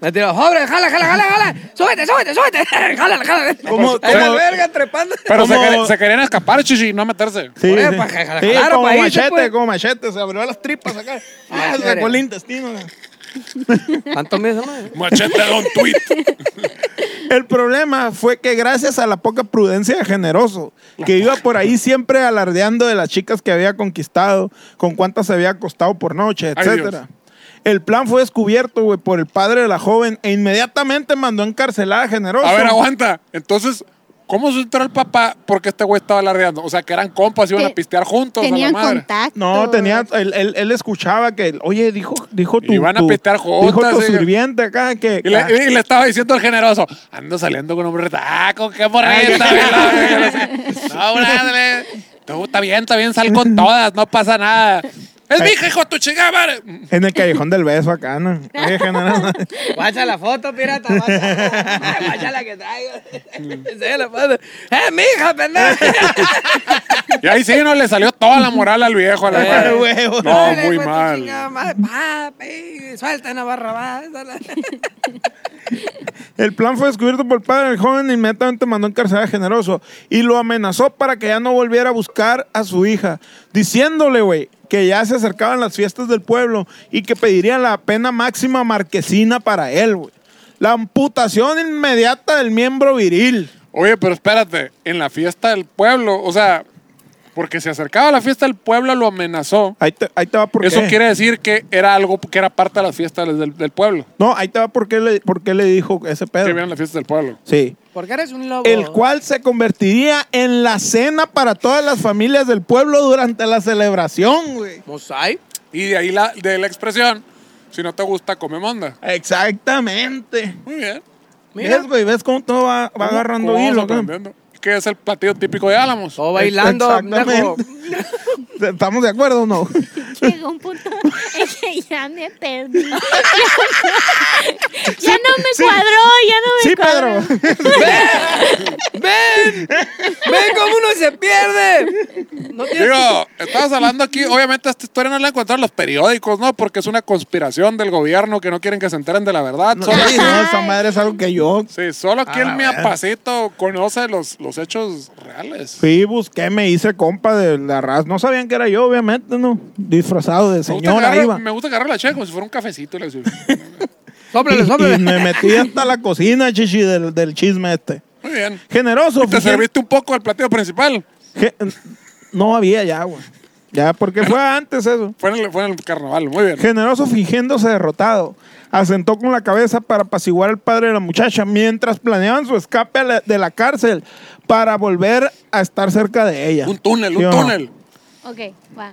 D: Le tiró, joder, jala, jala, jala, jala. Súbete, súbete, súbete. Jala, jala.
B: Como-
D: Ahí la
B: como-
D: verga trepando.
A: Pero se,
B: Como-
A: quer- se querían escapar, chichi, no meterse.
B: Sí,
D: Oye,
B: sí.
D: pa- ja-
B: Sí,
D: jalaron
B: como
D: pa' irse,
B: machete,
D: pues.
B: como machete, se abrió las tripas acá. Ah,
D: Madre.
B: sacó el intestino.
D: ¿Cuánto mide esa madre?
A: Machete don tweet.
B: El problema fue que gracias a la poca prudencia de generoso, que iba por ahí siempre alardeando de las chicas que había conquistado, con cuántas se había acostado por noche,
A: Ay, Dios.
B: etcétera. El plan fue descubierto, güey, por el padre de la joven e inmediatamente mandó a encarcelar a Generoso.
A: A ver, aguanta. Entonces, ¿cómo se enteró el papá? Porque este güey estaba alardeando. O sea, que eran compas, iban
C: Te-
A: a pistear juntos. a la
C: Tenían
A: madre.
C: contacto.
B: No, tenía, él, él- él escuchaba que, oye, dijo, dijo tu,
A: Iban a
B: tu-
A: pistear
B: dijo
A: juntas,
B: tu
A: sí.
B: sirviente acá que... ah,
A: Y le, y le estaba diciendo al generoso, ando saliendo con un hombre, ah, con qué morrita,
D: Ay,
A: ve la verga". no, brother, tú, está bien, está bien, sal con todas, no pasa nada. Es mi hija, hijo de tu chingada madre.
B: En el callejón del beso acá, ¿no? Oye, Generoso.
D: Guacha la foto, pirata. Guacha, guacha la que traigo. Enseña la foto. ¡Eh, mija, pendejo!
A: Y ahí sí, no, le salió toda la moral al viejo, a la
D: Eh,
A: madre.
B: huevo.
A: No,
D: Dale,
A: muy
D: hijo de tu
A: mal.
D: chingada madre. Papi, suelta una barra más.
B: El plan fue descubierto por el padre del joven e inmediatamente mandó a encarcelar a Generoso y lo amenazó para que ya no volviera a buscar a su hija, diciéndole, güey, que ya se acercaban las fiestas del pueblo y que pediría la pena máxima marquesina para él, güey. La amputación inmediata del miembro viril.
A: Oye, pero espérate, en la fiesta del pueblo, o sea, porque se acercaba la fiesta del pueblo, lo amenazó.
B: Ahí te, ahí te va por
A: Eso
B: qué.
A: quiere decir que era algo que era parte de las fiestas del, del pueblo.
B: No, ahí te va por qué le, por qué le dijo ese
A: Que
B: pedo.
A: vieron las fiestas del pueblo.
B: Sí.
D: Porque eres un lobo.
B: el cual se convertiría en la cena para todas las familias del pueblo durante la celebración, güey.
D: Mosaic.
A: Y de ahí la, de la expresión, si no te gusta, come monda.
B: Exactamente.
A: Muy bien.
D: Mira.
B: ¿Ves, güey? ¿Ves cómo todo va, va agarrando
A: Vamos
B: hilo? güey?
A: aprendiendo. Que es el platillo típico de Álamos.
B: Oh.
D: Todo bailando.
B: Exactamente.
D: pendejo.
B: ¿Estamos de acuerdo o no?
C: Llegó un punto en que ya me perdí. Ya, ya no me cuadró, ya no me
B: sí,
C: cuadró.
B: Pedro.
D: ¡Ven! ¡Ven cómo uno se pierde! No tiene-
A: Digo, estamos hablando aquí, obviamente esta historia no la encontraron los periódicos, ¿no? Porque es una conspiración del gobierno que no quieren que se enteren de la verdad.
B: No, Ah,
A: Solo-
B: sí, no, esa madre es algo que yo
A: sí, solo aquí
B: A
A: el
B: la
A: miapacito conoce los, los hechos reales.
B: fui, busqué, me hice compa de la raza. No sabían que era yo, obviamente, ¿no? Disfrazado de
A: Me gusta,
B: señora
A: agarrar-
B: iba.
A: me gusta agarrar la che como si fuera un cafecito. le digo.
D: Sóplale,
B: Y, y
D: sóplale.
B: me metí hasta la cocina, chichi, del, del chisme este.
A: Muy bien.
B: Generoso.
A: Te
B: fui-
A: serviste un poco del platillo principal.
B: ge- No había ya, güey. Ya, porque fue antes eso.
A: Fue en el, fue en el carnaval, muy bien.
B: Generoso fingiéndose derrotado, asentó con la cabeza para apaciguar al padre de la muchacha mientras planeaban su escape a la- de la cárcel para volver a estar cerca de ella.
A: Un túnel,
B: ¿Sí
A: un
B: o no?
A: túnel.
C: Ok, va.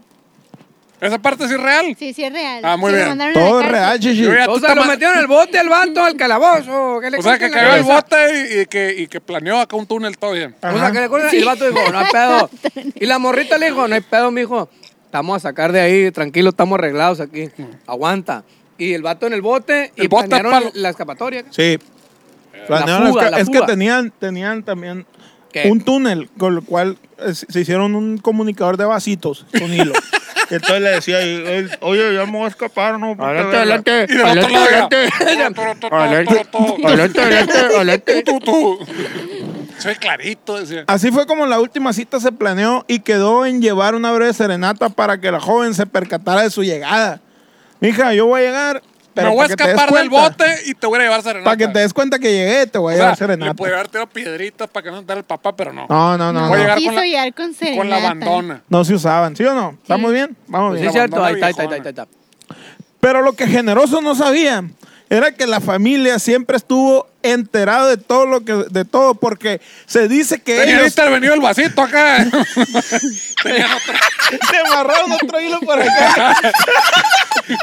A: ¿Esa parte es irreal?
C: Sí, sí es real.
A: Ah, muy
C: Sí, lo
A: bien.
C: mandaron a la
B: Todo
C: cárcel.
B: real, chichi.
A: Yo ya-
D: O
A: tú
D: sea,
A: te
D: lo
A: ma-
D: metieron al bote, al vato, al calabozo. ¿qué le
A: O sea,
D: corten
A: que
D: la
A: cayó el
D: cabeza?
A: bote y, y que, y que planeó acá un túnel todo bien.
D: O sea, que le corten- Y el vato dijo, no hay pedo. Y la morrita le dijo, no hay pedo, mijo. Estamos a sacar de ahí, tranquilo, estamos arreglados aquí. Aguanta. Y el vato en el bote y
A: El bote
D: planearon
A: palo.
D: la escapatoria.
B: Sí. Planearon
D: fuga,
B: esca-
D: la
B: es que
D: fuga.
B: tenían, tenían también
D: ¿Qué?
B: un túnel con el cual eh, se se hicieron un comunicador de vasitos con hilo. Entonces le decía, y él, oye, ya me voy a escapar, ¿no?
F: Adelante,
B: Porque-
F: adelante.
A: Y del otro
F: Adelante,
A: lado era,
F: adelante.
A: "Toro, toro, toro,
F: Adelante,
A: toro, toro".
F: adelante, adelante, adelante.
A: Tú, tú. Soy clarito, decía.
B: Así fue como la última cita se planeó y quedó en llevar una breve serenata para que la joven se percatara de su llegada. Mija, yo voy a llegar, pero
A: Me voy a
B: para que te des
A: escapar del
B: cuenta-
A: bote y te voy a llevar serenata.
B: Para que te des cuenta que llegué, te voy a
A: O sea,
B: llevar
A: le
B: serenata.
A: puede haber tirado piedritas para que no entrara el papá, pero no.
B: No, no, no,
A: Voy
B: no.
A: a llegar con
C: Quiso
A: la-
C: llegar con serenata.
A: Con la abandona.
B: No se usaban, ¿sí o no? ¿Estamos bien? Vamos
D: Pues
B: bien.
D: sí,
A: la
D: cierto. Ahí
A: abandona
D: está, ahí está, ahí está, ahí está.
B: Pero lo que Generoso no sabía era que la familia siempre estuvo enterado de todo lo que de todo porque se dice que
A: Tenía
B: ellos
A: intervenido el vasito acá. Tenían otro-
B: se amarraron otro hilo por acá.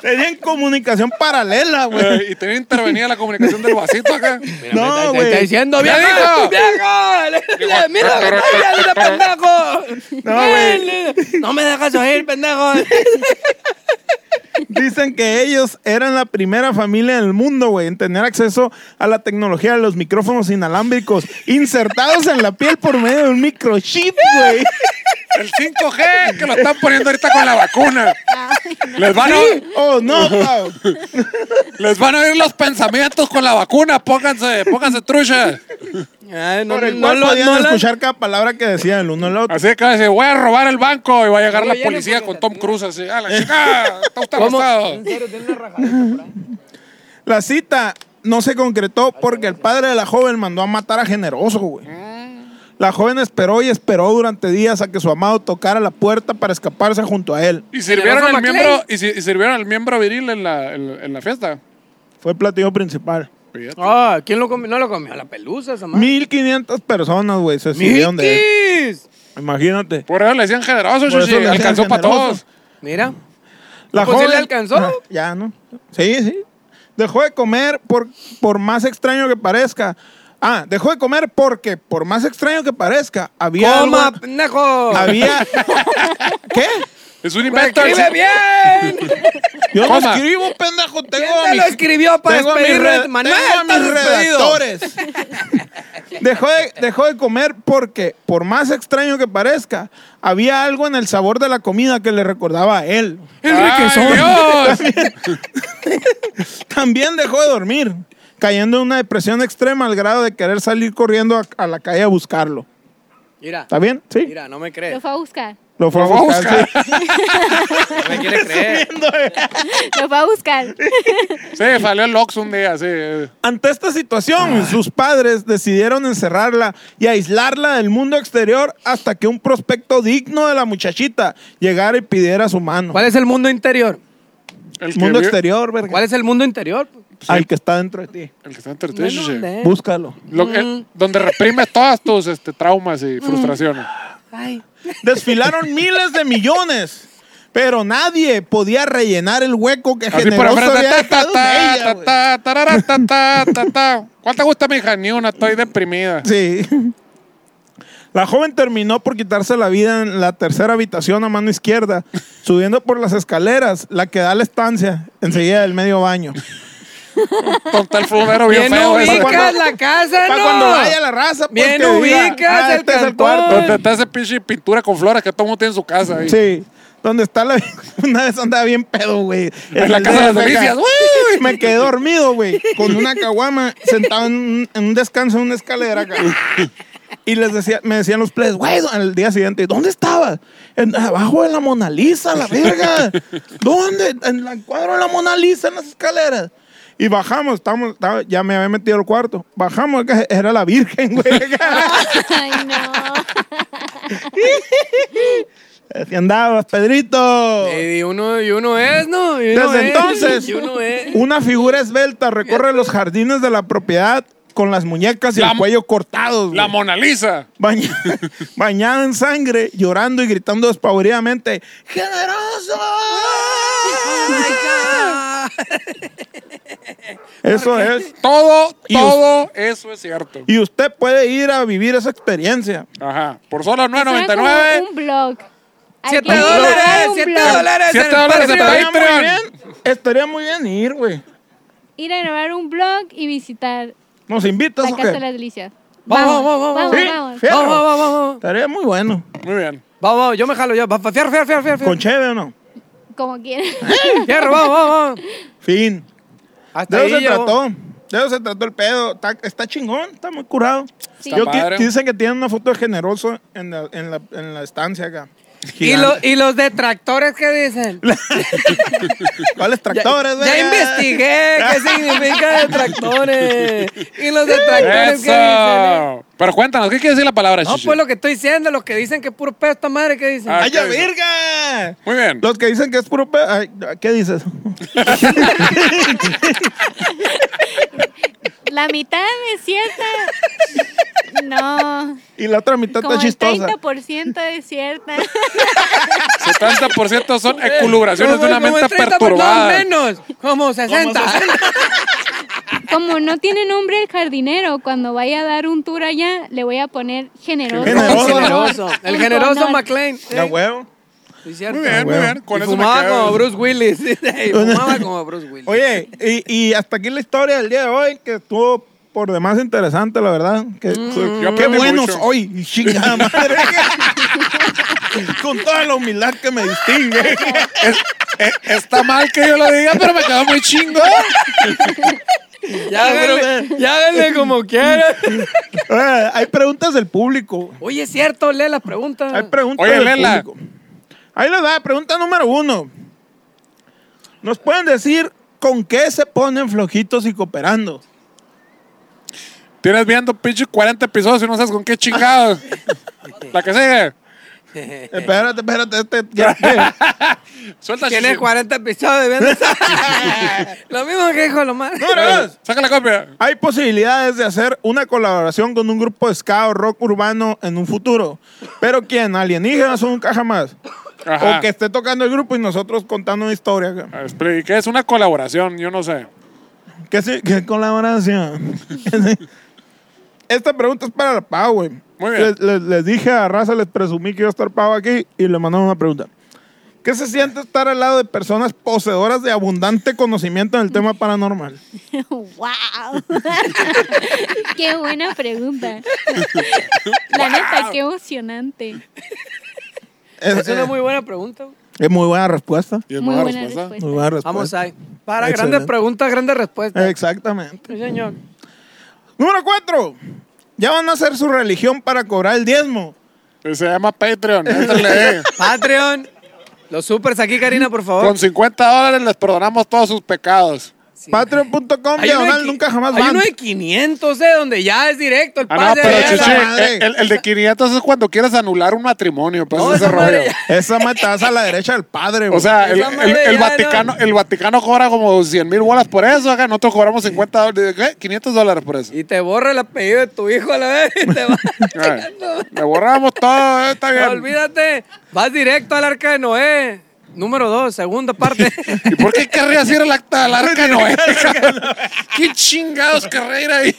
B: Tenían comunicación paralela, güey.
A: eh, y tenía intervenida la comunicación del vasito acá.
D: Mira,
B: No,
D: ahí está, ahí
B: güey.
D: Está diciendo,
A: Ya
D: viejo,
A: dijo.
D: viejo. le- le- Mira,
A: pero-
D: mira, mira, pendejo.
B: No, güey.
D: Eh, le- No me dejas oír, pendejo.
B: Dicen que ellos eran la primera familia del mundo, güey, en tener acceso a la tecnología de los micrófonos inalámbricos insertados en la piel por medio de un microchip, güey.
A: El 5G que lo están poniendo ahorita con la vacuna. Les van a,
B: Oh, no, Pau.
A: les van a ir los pensamientos con la vacuna. Pónganse, pónganse trucha.
D: Ay, no,
B: Por el
D: no
B: cual
D: lo-
B: podían
D: no la-
B: escuchar cada palabra que decían el uno al otro.
A: Así que va a decir, voy a robar el banco y va a llegar
D: No,
A: la
D: ya no
A: policía
D: puedo
A: con
D: hacer
A: Tom Cruise así. ¡Ah, la chica! ¡Está usted
D: ¿Cómo?
A: arrestado!
D: En serio, tiene una rajadita por ahí.
B: La cita no se concretó porque el padre de la joven mandó a matar a Generoso, güey. La joven esperó y esperó durante días a que su amado tocara la puerta para escaparse junto a él.
A: Y sirvieron
D: Generoso
A: al
D: Maclay.
A: miembro, y, si- y sirvieron al miembro viril en la, en, en la fiesta.
B: Fue el platillo principal.
A: Fíjate.
D: Ah, ¿quién lo comió? No lo comió, la pelusa esa madre.
B: 1500 personas, güey, se sirvieron de él.
D: ¡Miquis!
B: Imagínate.
A: Por eso le decían generoso,
B: Por eso
A: Chuchi.
B: le decían
A: Alcanzó para
B: generoso.
A: todos.
D: Mira.
B: La
D: Pues, ¿sí le alcanzó?
B: Ah, ya, ¿no? Sí, sí. Dejó de comer por, por más extraño que parezca. Ah, dejó de comer porque, por más extraño que parezca, había.
D: ¡Coma,
B: algo-
D: pendejo!
B: había. ¿Qué?
A: Es un invento. del
D: ¡Escribe
A: cin-
D: bien!
B: Yo no
A: Coma.
B: escribo, pendejo. Tengo
D: ¿Quién
B: a
D: te lo
B: mis-
D: escribió para
B: tengo a mis
D: despedirlo?
B: red-
D: Manuel,
B: tengo a
D: estás
B: mis
D: despedido.
B: redactores. Dejó de, dejó de comer porque, por más extraño que parezca, había algo en el sabor de la comida que le recordaba a él.
A: ¡Ay, Dios!
B: También dejó de dormir, cayendo en una depresión extrema al grado de querer salir corriendo a, a la calle a buscarlo.
D: Mira,
B: ¿Está bien? Sí.
D: mira, no me
C: Lo
D: crees.
C: fue a buscar.
B: Lo fue a
A: Lo fue a
B: buscar. sí.
D: No me quiere creer.
C: Lo fue a buscar.
A: Sí, salió el Ox un día, sí.
B: Ante esta
A: Ah.
B: situación, sus padres decidieron encerrarla y aislarla del mundo exterior hasta que un prospecto digno de la muchachita llegara y pidiera su mano.
D: ¿Cuál es el mundo interior?
A: El que
B: mundo
A: vi-
B: exterior, verga.
D: ¿Cuál es el mundo interior?
B: Al que está dentro de ti.
A: El que está entre ti,
D: Bueno,
A: Chuchi.
D: ¿dónde?
B: Búscalo.
A: Lo que-
D: Mm.
A: donde reprimes todas tus este, traumas y frustraciones.
D: Ay.
B: Desfilaron miles de millones, pero nadie podía rellenar el hueco que
A: Así por
B: generoso
A: enfrente.
B: había
A: ta, ta,
B: dejado en ella,
A: ta,
B: güey.
A: ta, tarara, ta, ta, ta, ta. ¿Cuál te gusta, mija? Ni una, estoy deprimida.
B: Sí. La joven terminó por quitarse la vida en la tercera habitación a mano izquierda, subiendo por las escaleras, la que da a la estancia, enseguida del medio baño.
A: Tonta el florero bien
D: Bien
A: feo. ese.
D: ubicas la casa,
B: Para
D: no.
B: cuando vaya la raza, pues,
D: Bien
B: que diga,
D: ubicas el
B: este es
D: cantón".
A: Donde está ese pinche pintura con flores que todo mundo tiene en su casa. ahí.
B: Sí. Donde está la. Una vez andaba bien pedo, güey.
A: En la
B: el
A: casa de las
B: DF acá.
A: delicias. ¡Uy!
B: Me quedé dormido, güey, con una caguama sentado en un, en un descanso en una escalera acá. Y les decía, me decían los plebes, güey, al día siguiente, ¿dónde estabas? En- abajo de la Mona Lisa, la verga. ¿Dónde? En la- el cuadro de la Mona Lisa, en las escaleras. Y bajamos, estamos, estaba- ya me había metido al cuarto. Bajamos, acá, era la Virgen, güey. acá.
C: Ay, no.
B: Así andabas, Pedrito.
D: Y uno, y uno es, ¿no? Y uno
B: Desde
D: es,
B: entonces,
D: Y uno es.
B: una figura esbelta recorre los jardines de la propiedad con las muñecas y
A: La
B: el
A: mo-
B: cuello cortados.
A: La
B: güey.
A: Mona Lisa.
B: Baña- bañada en sangre, llorando y gritando despavoridamente, ¡Generoso!
D: Oh
B: Oh Eso es.
A: Todo,
B: Y
A: todo eso es cierto.
B: Y usted puede ir a vivir esa experiencia.
A: Ajá. Por solo
C: Suena como
A: 9.99.
C: Un blog. Hay
D: ¡Siete
C: que
D: dólares!
C: comprar un
D: ¡Siete
C: blog.
D: dólares!
A: Siete
D: en el
A: dólares en
D: Patreon.
A: Patreon.
B: Estaría muy bien, estaría muy bien ir, güey.
C: Ir a grabar un blog y visitar
B: ¿Nos invitas
C: la
B: o
C: Casa de
B: qué?
C: las Delicias.
D: Vamos, vamos, vamos.
B: Sí,
C: vamos.
B: fierro.
D: Vamos, vamos, vamos.
B: Estaría muy bueno.
A: Muy bien.
D: Vamos, vamos, yo me jalo ya. Va, Fierro, fierro, fierro, fierro.
B: ¿Con cheve o no?
C: Como quieran.
D: Fierro, vamos, vamos.
B: Fin.
D: Hasta
B: De eso se
D: llegó.
B: trató. De eso se trató el pedo. Está, está chingón, está muy curado.
C: Sí.
A: Está
B: Yo qui-
A: padre.
B: dicen que tienen una foto de generoso en la, en la, en la estancia acá.
D: ¿Y, lo- y los detractores qué dicen?
B: ¿Cuáles
D: Ya,
B: tractores, eh.
D: ya
B: verga?
D: investigué qué significa detractores. ¿Y los detractores qué dicen? eh?
A: Eso. Pero cuéntanos, ¿qué quiere decir la palabra
D: No,
A: chichi?
D: pues lo que estoy diciendo, los que dicen que es puro pedo esta madre, ¿qué dicen?
A: Ah.
B: ¡Ay, ya,
A: Ok.
B: verga!
A: Muy bien.
B: Los que dicen que es puro pedo. ay, ¿Qué dices?
C: La mitad es cierta. No.
B: Y la otra mitad
C: Como
B: está
C: el
B: chistosa.
C: 30% es cierta.
A: 70% son eculubraciones de una
D: Como- como
A: mente
D: 30, pues, no,
A: perturbada.
D: menos, como 60.
C: Como no tiene nombre el jardinero, cuando vaya a dar un tour allá, le voy a poner generoso.
B: Generoso.
D: generoso. El
C: Un
D: generoso
C: honor.
D: McLean. pues, sí,
B: Ya, huevo.
D: sí, cierto.
A: Muy bien, muy
B: Ah, huevo.
A: bien. Con
D: Y
A: eso me
D: fumaba
A: quedo.
D: como Bruce Willis. sí, sí, Fumaba como Bruce Willis.
B: Oye, y, y hasta aquí la historia del día de hoy, que estuvo por demás interesante, la verdad. Que, que-
A: Yo
B: qué
A: aprendí
B: buenos
A: mucho.
B: hoy, y chingada madre. Con toda la humildad que me distingue.
A: Es- eh, está mal que yo lo diga, pero me quedó muy chingón.
D: ya, háganle, ya háganle como quieran.
B: Eh, hay preguntas del público.
D: Oye, es cierto, lee las preguntas.
B: Hay preguntas
A: Oye,
B: del
A: léela.
B: público. Ahí les da, pregunta número uno. ¿Nos pueden decir con qué se ponen flojitos y cooperando?
A: Tienes viendo pinche 40 episodios y no sabes con qué chingados. La que sigue.
B: Espérate, espérate, este. ya- ya.
A: Suelta
D: Tienes
A: chichi.
D: 40 episodios viendo esa- Lo mismo que dijo lo más.
B: Número dos.
A: Saca la copia.
B: Hay posibilidades de hacer una colaboración con un grupo de ska o rock urbano en un futuro. Pero ¿quién? ¿Alienígenas o nunca jamás?
A: Ajá.
B: O que esté tocando el grupo y nosotros contando una historia.
A: Expli- Ah, ¿Qué es una colaboración? Yo no sé.
B: ¿Qué, se- qué colaboración? Esta pregunta es para la Pau, güey.
A: Muy bien.
B: Les, les- les dije a Raza, les presumí que iba a estar Pau aquí y le mandaron una pregunta. ¿Qué se siente estar al lado de personas poseedoras de abundante conocimiento en el tema paranormal?
C: ¡Wow! ¡Qué buena pregunta! La neta, qué emocionante.
B: Es,
D: Es una
B: eh,
D: muy buena pregunta. güey.
B: es muy buena respuesta.
A: Y es
C: Muy
A: buena
C: buena
A: respuesta.
C: respuesta.
B: Muy buena respuesta.
D: Vamos ahí. Para
B: Excelente.
D: grandes preguntas, grandes respuestas.
B: Exactamente.
D: Sí, señor.
B: Número cuatro. Ya van a hacer su religión para cobrar el diezmo.
A: Se llama Patreon. Éntrale, eh.
D: Patreon. Los supers aquí, Karina, por favor.
A: Con 50 dólares les perdonamos todos sus pecados.
D: Sí.
B: Patreon.com,
D: Hay uno de
B: diagonal,
D: qui-
B: nunca jamás
D: Hay
B: van.
D: uno de 500, ¿eh? Donde ya es directo el
A: Ah, no,
D: pase.
A: pero
D: de
B: la
A: chichi,
B: madre.
A: el, el de 500 es cuando quieres anular un matrimonio. Pues
D: No,
A: ese
D: Oh, esa madre
A: rollo.
D: ya-
B: Esa mataza a la derecha del padre,
A: O
B: güey.
A: sea,
D: Esa
A: el,
D: madre
A: el- el
D: ya
A: Vaticano,
D: no.
A: el Vaticano cobra como 100 mil bolas por eso. Acá nosotros cobramos 50 dólares, ¿qué? 500 dólares por
B: eh.
A: eso.
D: Y te borra el apellido de tu hijo a la vez. y te va
B: Ah,
A: Ay,
D: checando.
A: Le borramos todo, eh, está
D: No,
A: bien.
D: olvídate. Vas directo al arca de Noé. Número 2, segunda parte.
A: ¿Y por qué querrías ir al acta del arca Noé? ¿Qué chingados querría ir ahí?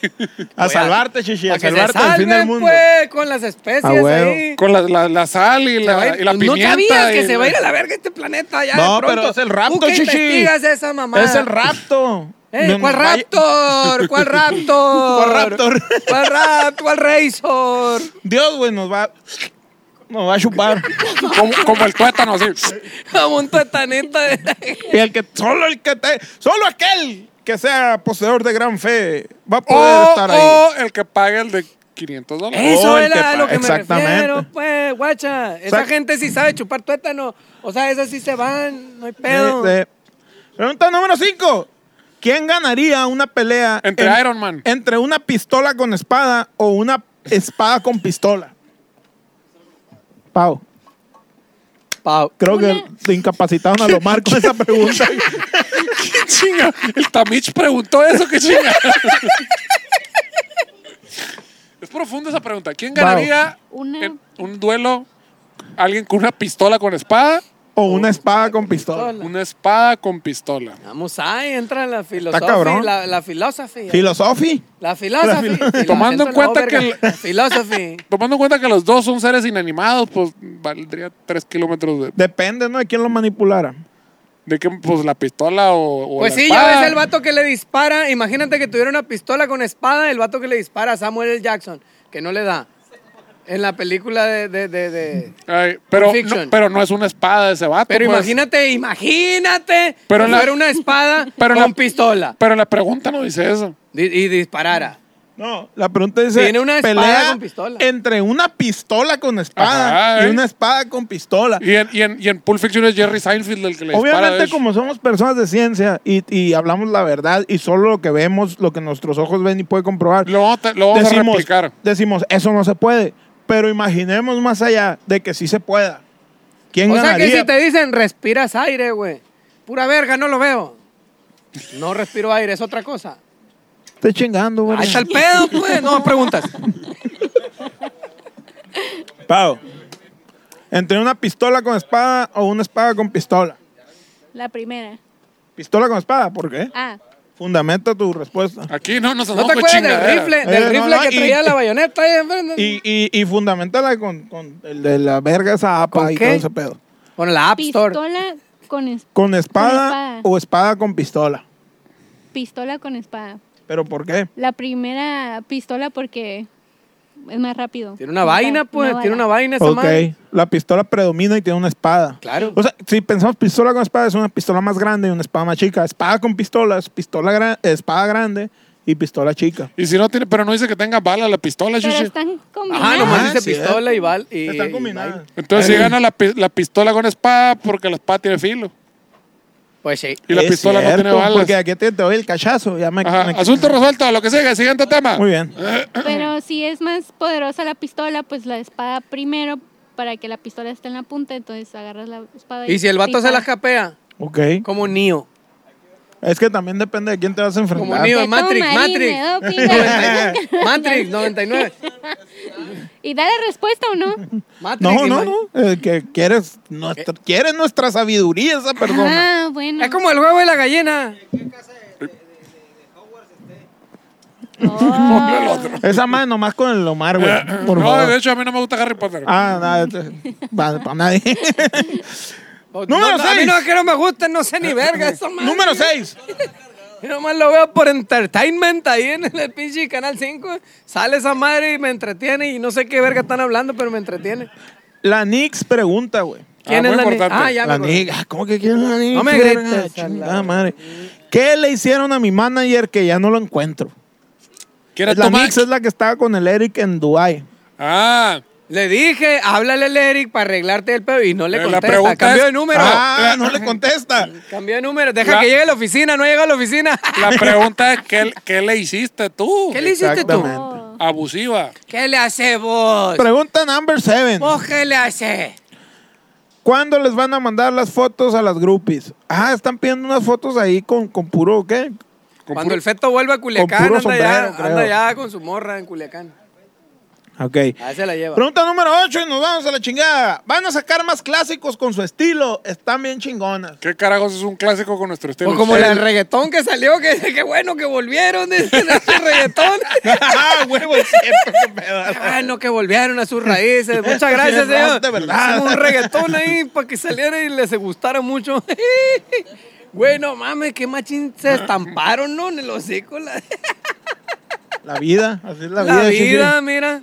B: A salvarte, chichi, a
D: Para que se
B: salvarte del fin del
D: salven,
B: mundo.
D: pues, con las especies
B: A Ah, huevo.
D: ahí.
A: Con la, la- la sal y
D: Se va a
A: la,
D: ir-
A: y la
D: no
A: pimienta.
D: sabías que
A: y-
D: se va a ir a la verga este planeta ya
B: No,
D: de pronto.
B: pero es el
D: ¿Tú
B: rapto,
D: qué
B: chichi.
D: investigas esa mamá?
B: Es el rapto. No,
D: Ey, Eh, ¿Cuál
B: no, vaya-
D: raptor? ¿Cuál raptor?
B: ¿Cuál raptor?
D: ¿Cuál raptor? ¿Cuál razor?
B: Dios, güey, nos va, nos va a chupar.
A: Como, como el tuétano, así.
D: Como un tuetanita de...
B: y el que, solo el que te, solo aquel que sea poseedor de gran fe va a
A: O,
B: poder
D: Oh,
B: estar ahí.
A: o el que pague el de 500 dólares.
D: Eso
B: Oh, el que
D: era
B: pa-
D: lo que me
B: exactamente.
D: refiero, pues, guacha. Esa
B: Sa-
D: gente sí sabe chupar tuétano. O sea, esas sí se van, no hay pedo.
B: Eh, eh. Pregunta número 5. ¿Quién ganaría una pelea
A: Entre Iron Man.
B: Entre una pistola con espada o una espada con pistola. Pau,
D: Pau.
B: creo que
C: Una-
B: te incapacitaron a Lomar con esa pregunta.
A: ¿Qué chinga? El Tamich preguntó eso, qué chinga. profunda esa pregunta. ¿Quién ganaría
C: Una-
D: Em,
A: en un duelo? ¿Alguien con una pistola con espada?
B: O una espada con pistola.
A: Una espada con pistola.
D: Vamos ahí, entra la filosofía.
B: cabrón.
D: La, la filosofía.
B: Filosofi.
D: la filosofía.
B: La filo-
A: Tomando en cuenta que el-
D: Filosofía.
A: Tomando en cuenta que los dos son seres inanimados, pues valdría tres kilómetros de,
B: Depende, ¿no? De quién lo manipulara.
A: de que pues la pistola o, o
D: Pues
A: la
D: sí,
A: espada.
D: ya ves el vato que le dispara. Imagínate que tuviera una pistola con espada, el vato que le dispara a Samuel L. Jackson, que no le da. En la película de. de- de- de-
A: Ay, pero,
D: Pulp Fiction.
A: no, pero no es una espada ese vato.
D: Pero
A: pues.
D: imagínate, imagínate
A: Pero
D: que
A: la-
D: fuera una espada
A: pero
D: con
A: la-
D: pistola
A: Pero la pregunta no dice eso.
D: di- y disparara.
B: No, la pregunta dice,
D: Tiene una espada
B: pelea
D: con pistola.
B: entre una pistola con espada
A: Ajá,
B: y
A: ¿eh?
B: una espada con pistola.
A: Y en, y, en, y en Pulp Fiction es Jerry Seinfeld el que le dispara. de
B: Obviamente,
A: hecho.
B: como somos personas de ciencia y, y hablamos la verdad y solo lo que vemos, lo que nuestros ojos ven y puede comprobar,
A: Lo vamos, a- lo vamos a replicar.
B: decimos, eso no se puede. Pero imaginemos más allá de que sí se pueda. ¿Quién
D: O sea
B: ganaría?
D: que si te dicen respiras aire, güey. Pura verga, no lo veo. No respiro aire, es otra cosa.
B: Estoy chingando, güey.
D: Ahí está el pedo, güey. No preguntas.
B: Pau, entre una pistola con espada o una espada con pistola.
C: La primera.
B: Pistola con espada, ¿por qué?
C: Ah,
B: Fundamenta tu respuesta.
A: Aquí no nos
D: ¿No
A: andamos
D: te
A: con
D: acuerdas del
A: chingadera.
D: rifle,
B: pues, Eh,
D: del
B: no,
D: rifle
B: no,
D: que
B: y-
D: traía la bayoneta ahí enfrente?
B: Y, y, y fundamentala con, con el de la verga esa
D: ¿Con
B: apa y
D: qué?
B: todo ese pedo.
D: Con la App Store.
C: pistola con es-
B: ¿Con espada,
C: espada.
B: o espada con pistola?
C: pistola con espada.
B: ¿Pero por qué?
C: La primera pistola porque es más rápido.
D: Tiene una vaina, pues. tiene una vaina esa
B: ok,
D: madre.
B: la pistola predomina y tiene una espada.
D: Claro.
B: O sea, si pensamos pistola con espada, es una pistola más grande y una espada más chica. Espada con pistola, es pistola gran- espada grande y pistola chica.
A: Y si no tiene, pero no dice que tenga bala la pistola,
C: Pero
A: Shishi.
C: están combinadas.
D: Ajá, nomás
B: Ah,
D: dice
B: cierto.
D: pistola y bal. Y,
B: Están
D: y
B: combinadas.
D: vaina.
A: Entonces si gana la, pi- la pistola con espada porque la espada tiene filo.
D: Pues sí.
A: Y la
B: Es
A: pistola no tiene
B: cierto,
A: balas.
B: Porque aquí te, te doy el cachazo. Ya me,
A: Ajá, Ah.
B: me-
A: Asunto resuelto, lo que sigue, siguiente tema.
B: Muy bien.
C: Pero si es más poderosa la pistola, pues la espada primero para que la pistola esté en la punta, entonces agarras la espada.
D: Y si el vato se la
C: disparas.
D: capea,
B: Ok.
D: como Neo.
B: Es que también depende de quién te vas a enfrentar.
D: Neo.
C: Te
D: en Matrix,
C: toma ahí,
D: Matrix.
C: me da opinión.
D: Matrix 99.
C: y da la respuesta o no.
D: Matrix,
B: No, no,
D: imagínate.
B: no. El que quieres nuestra,
A: Eh.
B: quiere nuestra sabiduría esa persona.
C: Ah, bueno.
D: Es como el huevo y la gallina.
C: Oh.
B: Esa madre nomás con el Omar, güey. Por
A: Ah. no,
B: favor.
A: de hecho a mí no me gusta Harry Potter.
B: Ah, nada. este- Para para nadie.
D: O-
B: Número
D: no, no, A mí
B: seis.
D: no, que no me gusta, no sé ni verga esa madre.
B: Eh, Número 6.
D: Yo nomás lo veo por entertainment ahí en el pinche Canal 5. Sale esa madre y me entretiene y no sé qué verga están hablando, pero me entretiene.
B: Ah, La Nix pregunta, güey.
D: ¿Quién
A: muy
D: es la ni-
A: importante.
D: Ah, ya me
B: La
D: acordé.
B: Nix. ah, ¿Cómo que quién es la Nix?
D: No me
B: verga?
D: grites,
B: Chingada
D: Alan.
B: madre. ¿Qué le hicieron a mi manager que ya no lo encuentro?
A: ¿Quieres
B: La
A: tomar?
B: Nix es la que estaba con el Eric en Dubai.
A: Ah,
D: Le dije, háblale al Eric para arreglarte el pedo y no le
A: Eh, la
D: contesta.
A: pregunta
D: Cambió
A: es-
D: de número.
B: ah, no le contesta.
D: Cambió de número. Deja
A: La-
D: que llegue a la oficina, no llega a la oficina.
A: la pregunta es, ¿qué, qué le hiciste tú?
D: ¿Qué le hiciste tú?
B: Exactamente.
A: Abusiva.
D: ¿Qué le hace vos?
B: Pregunta number 7.
D: ¿Vos qué le hace?
B: ¿Cuándo les van a mandar las fotos a las groupies? Ah, están pidiendo unas fotos ahí con, con puro, ¿qué?
A: Con
D: Cuando
A: puro-
D: el feto vuelve a Culiacán,
B: puro
D: anda, ya,
B: sombrero,
D: anda
B: creo.
D: ya con su morra en Culiacán.
B: Ok.
D: Ahí se la lleva.
B: Pregunta número 8 y nos vamos a la chingada. ¿Van a sacar más clásicos con su estilo? Están bien chingonas.
A: ¿Qué carajos es un clásico con nuestro estilo?
D: O como
A: El-
D: el reggaetón que salió, que qué bueno que volvieron de ese reggaetón.
B: ah, huevo, es cierto, qué pedazo.
D: Ay, no, que volvieron a sus raíces. Muchas gracias,
B: Tienes razón,
D: señor.
B: de verdad.
D: Hicimos un reggaetón ahí para que saliera y les gustara mucho. Güey, no mames, qué machín se estamparon, ¿no? En el hocico. La,
B: La vida, así es la,
D: la
B: vida. chiqui.
D: vida, mira.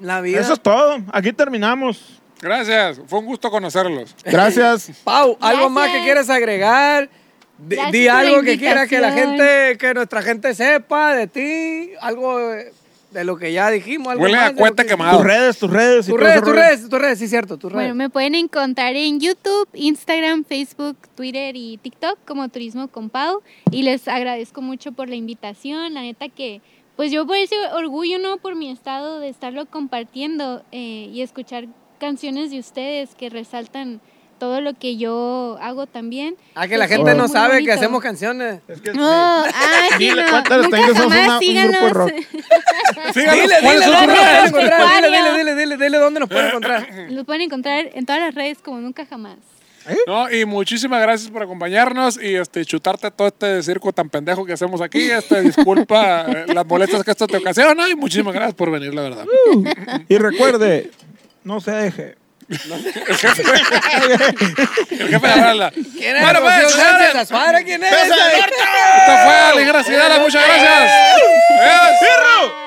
D: La vida.
B: Eso es todo. Aquí terminamos.
A: Gracias, fue un gusto conocerlos.
B: Gracias.
D: Pau, ¿algo
C: Gracias.
D: más que quieras agregar? Di,
C: Gracias
D: di
C: por la
D: algo que quieras que la
C: invitación.
D: gente, que nuestra gente sepa de ti, algo eh, de lo que ya dijimos. Algo
A: Huele
D: más
A: a
D: de lo
A: cuete
D: que-
A: quemado.
B: Tus redes, tus redes. y todo
D: Tus redes,
B: ese
D: tus
B: rollo.
D: redes, tus redes, sí, cierto, tus redes.
C: Bueno, me pueden encontrar en YouTube, Instagram, Facebook, Twitter y TikTok como Turismo con Pau. Y les agradezco mucho por la invitación. La neta que, pues yo por ese orgullo, ¿no? Por mi estado de estarlo compartiendo eh, y escuchar canciones de ustedes que resaltan todo lo que yo hago también.
D: Ah, que la
C: Pues,
D: gente
C: es
D: no
C: muy
D: sabe que
C: bonito.
D: hacemos canciones.
B: Es que,
C: No, ay, sí,
B: Dile
C: no.
B: cuántas
C: Nunca
B: tengas, somos
C: jamás
B: una- un grupo de
C: síganos.
B: rock.
A: Síganos,
D: dile,
A: ¿cuáles son
D: dile,
A: sus
D: dónde nos pueden
A: redes?
D: encontrar. Dile,
C: Acuario.
D: dile, dile, dile, dile dónde nos pueden encontrar.
C: Los pueden encontrar en todas las redes como nunca jamás.
A: No, y muchísimas gracias por acompañarnos y este, chutarte todo este circo tan pendejo que hacemos aquí. Este, disculpa eh, las molestias que esto te ocasiona y muchísimas gracias por venir, la verdad.
B: Y recuerde, no se deje.
A: El jefe de Arala.
D: ¿Quién es?
A: Bueno, pues,
D: Rocío
A: señores,
D: Sánchez Azuara, ¿quién es?
A: Esto fue Alegría Ciudadana, muchas gracias. Adiós.
B: ¡Perro!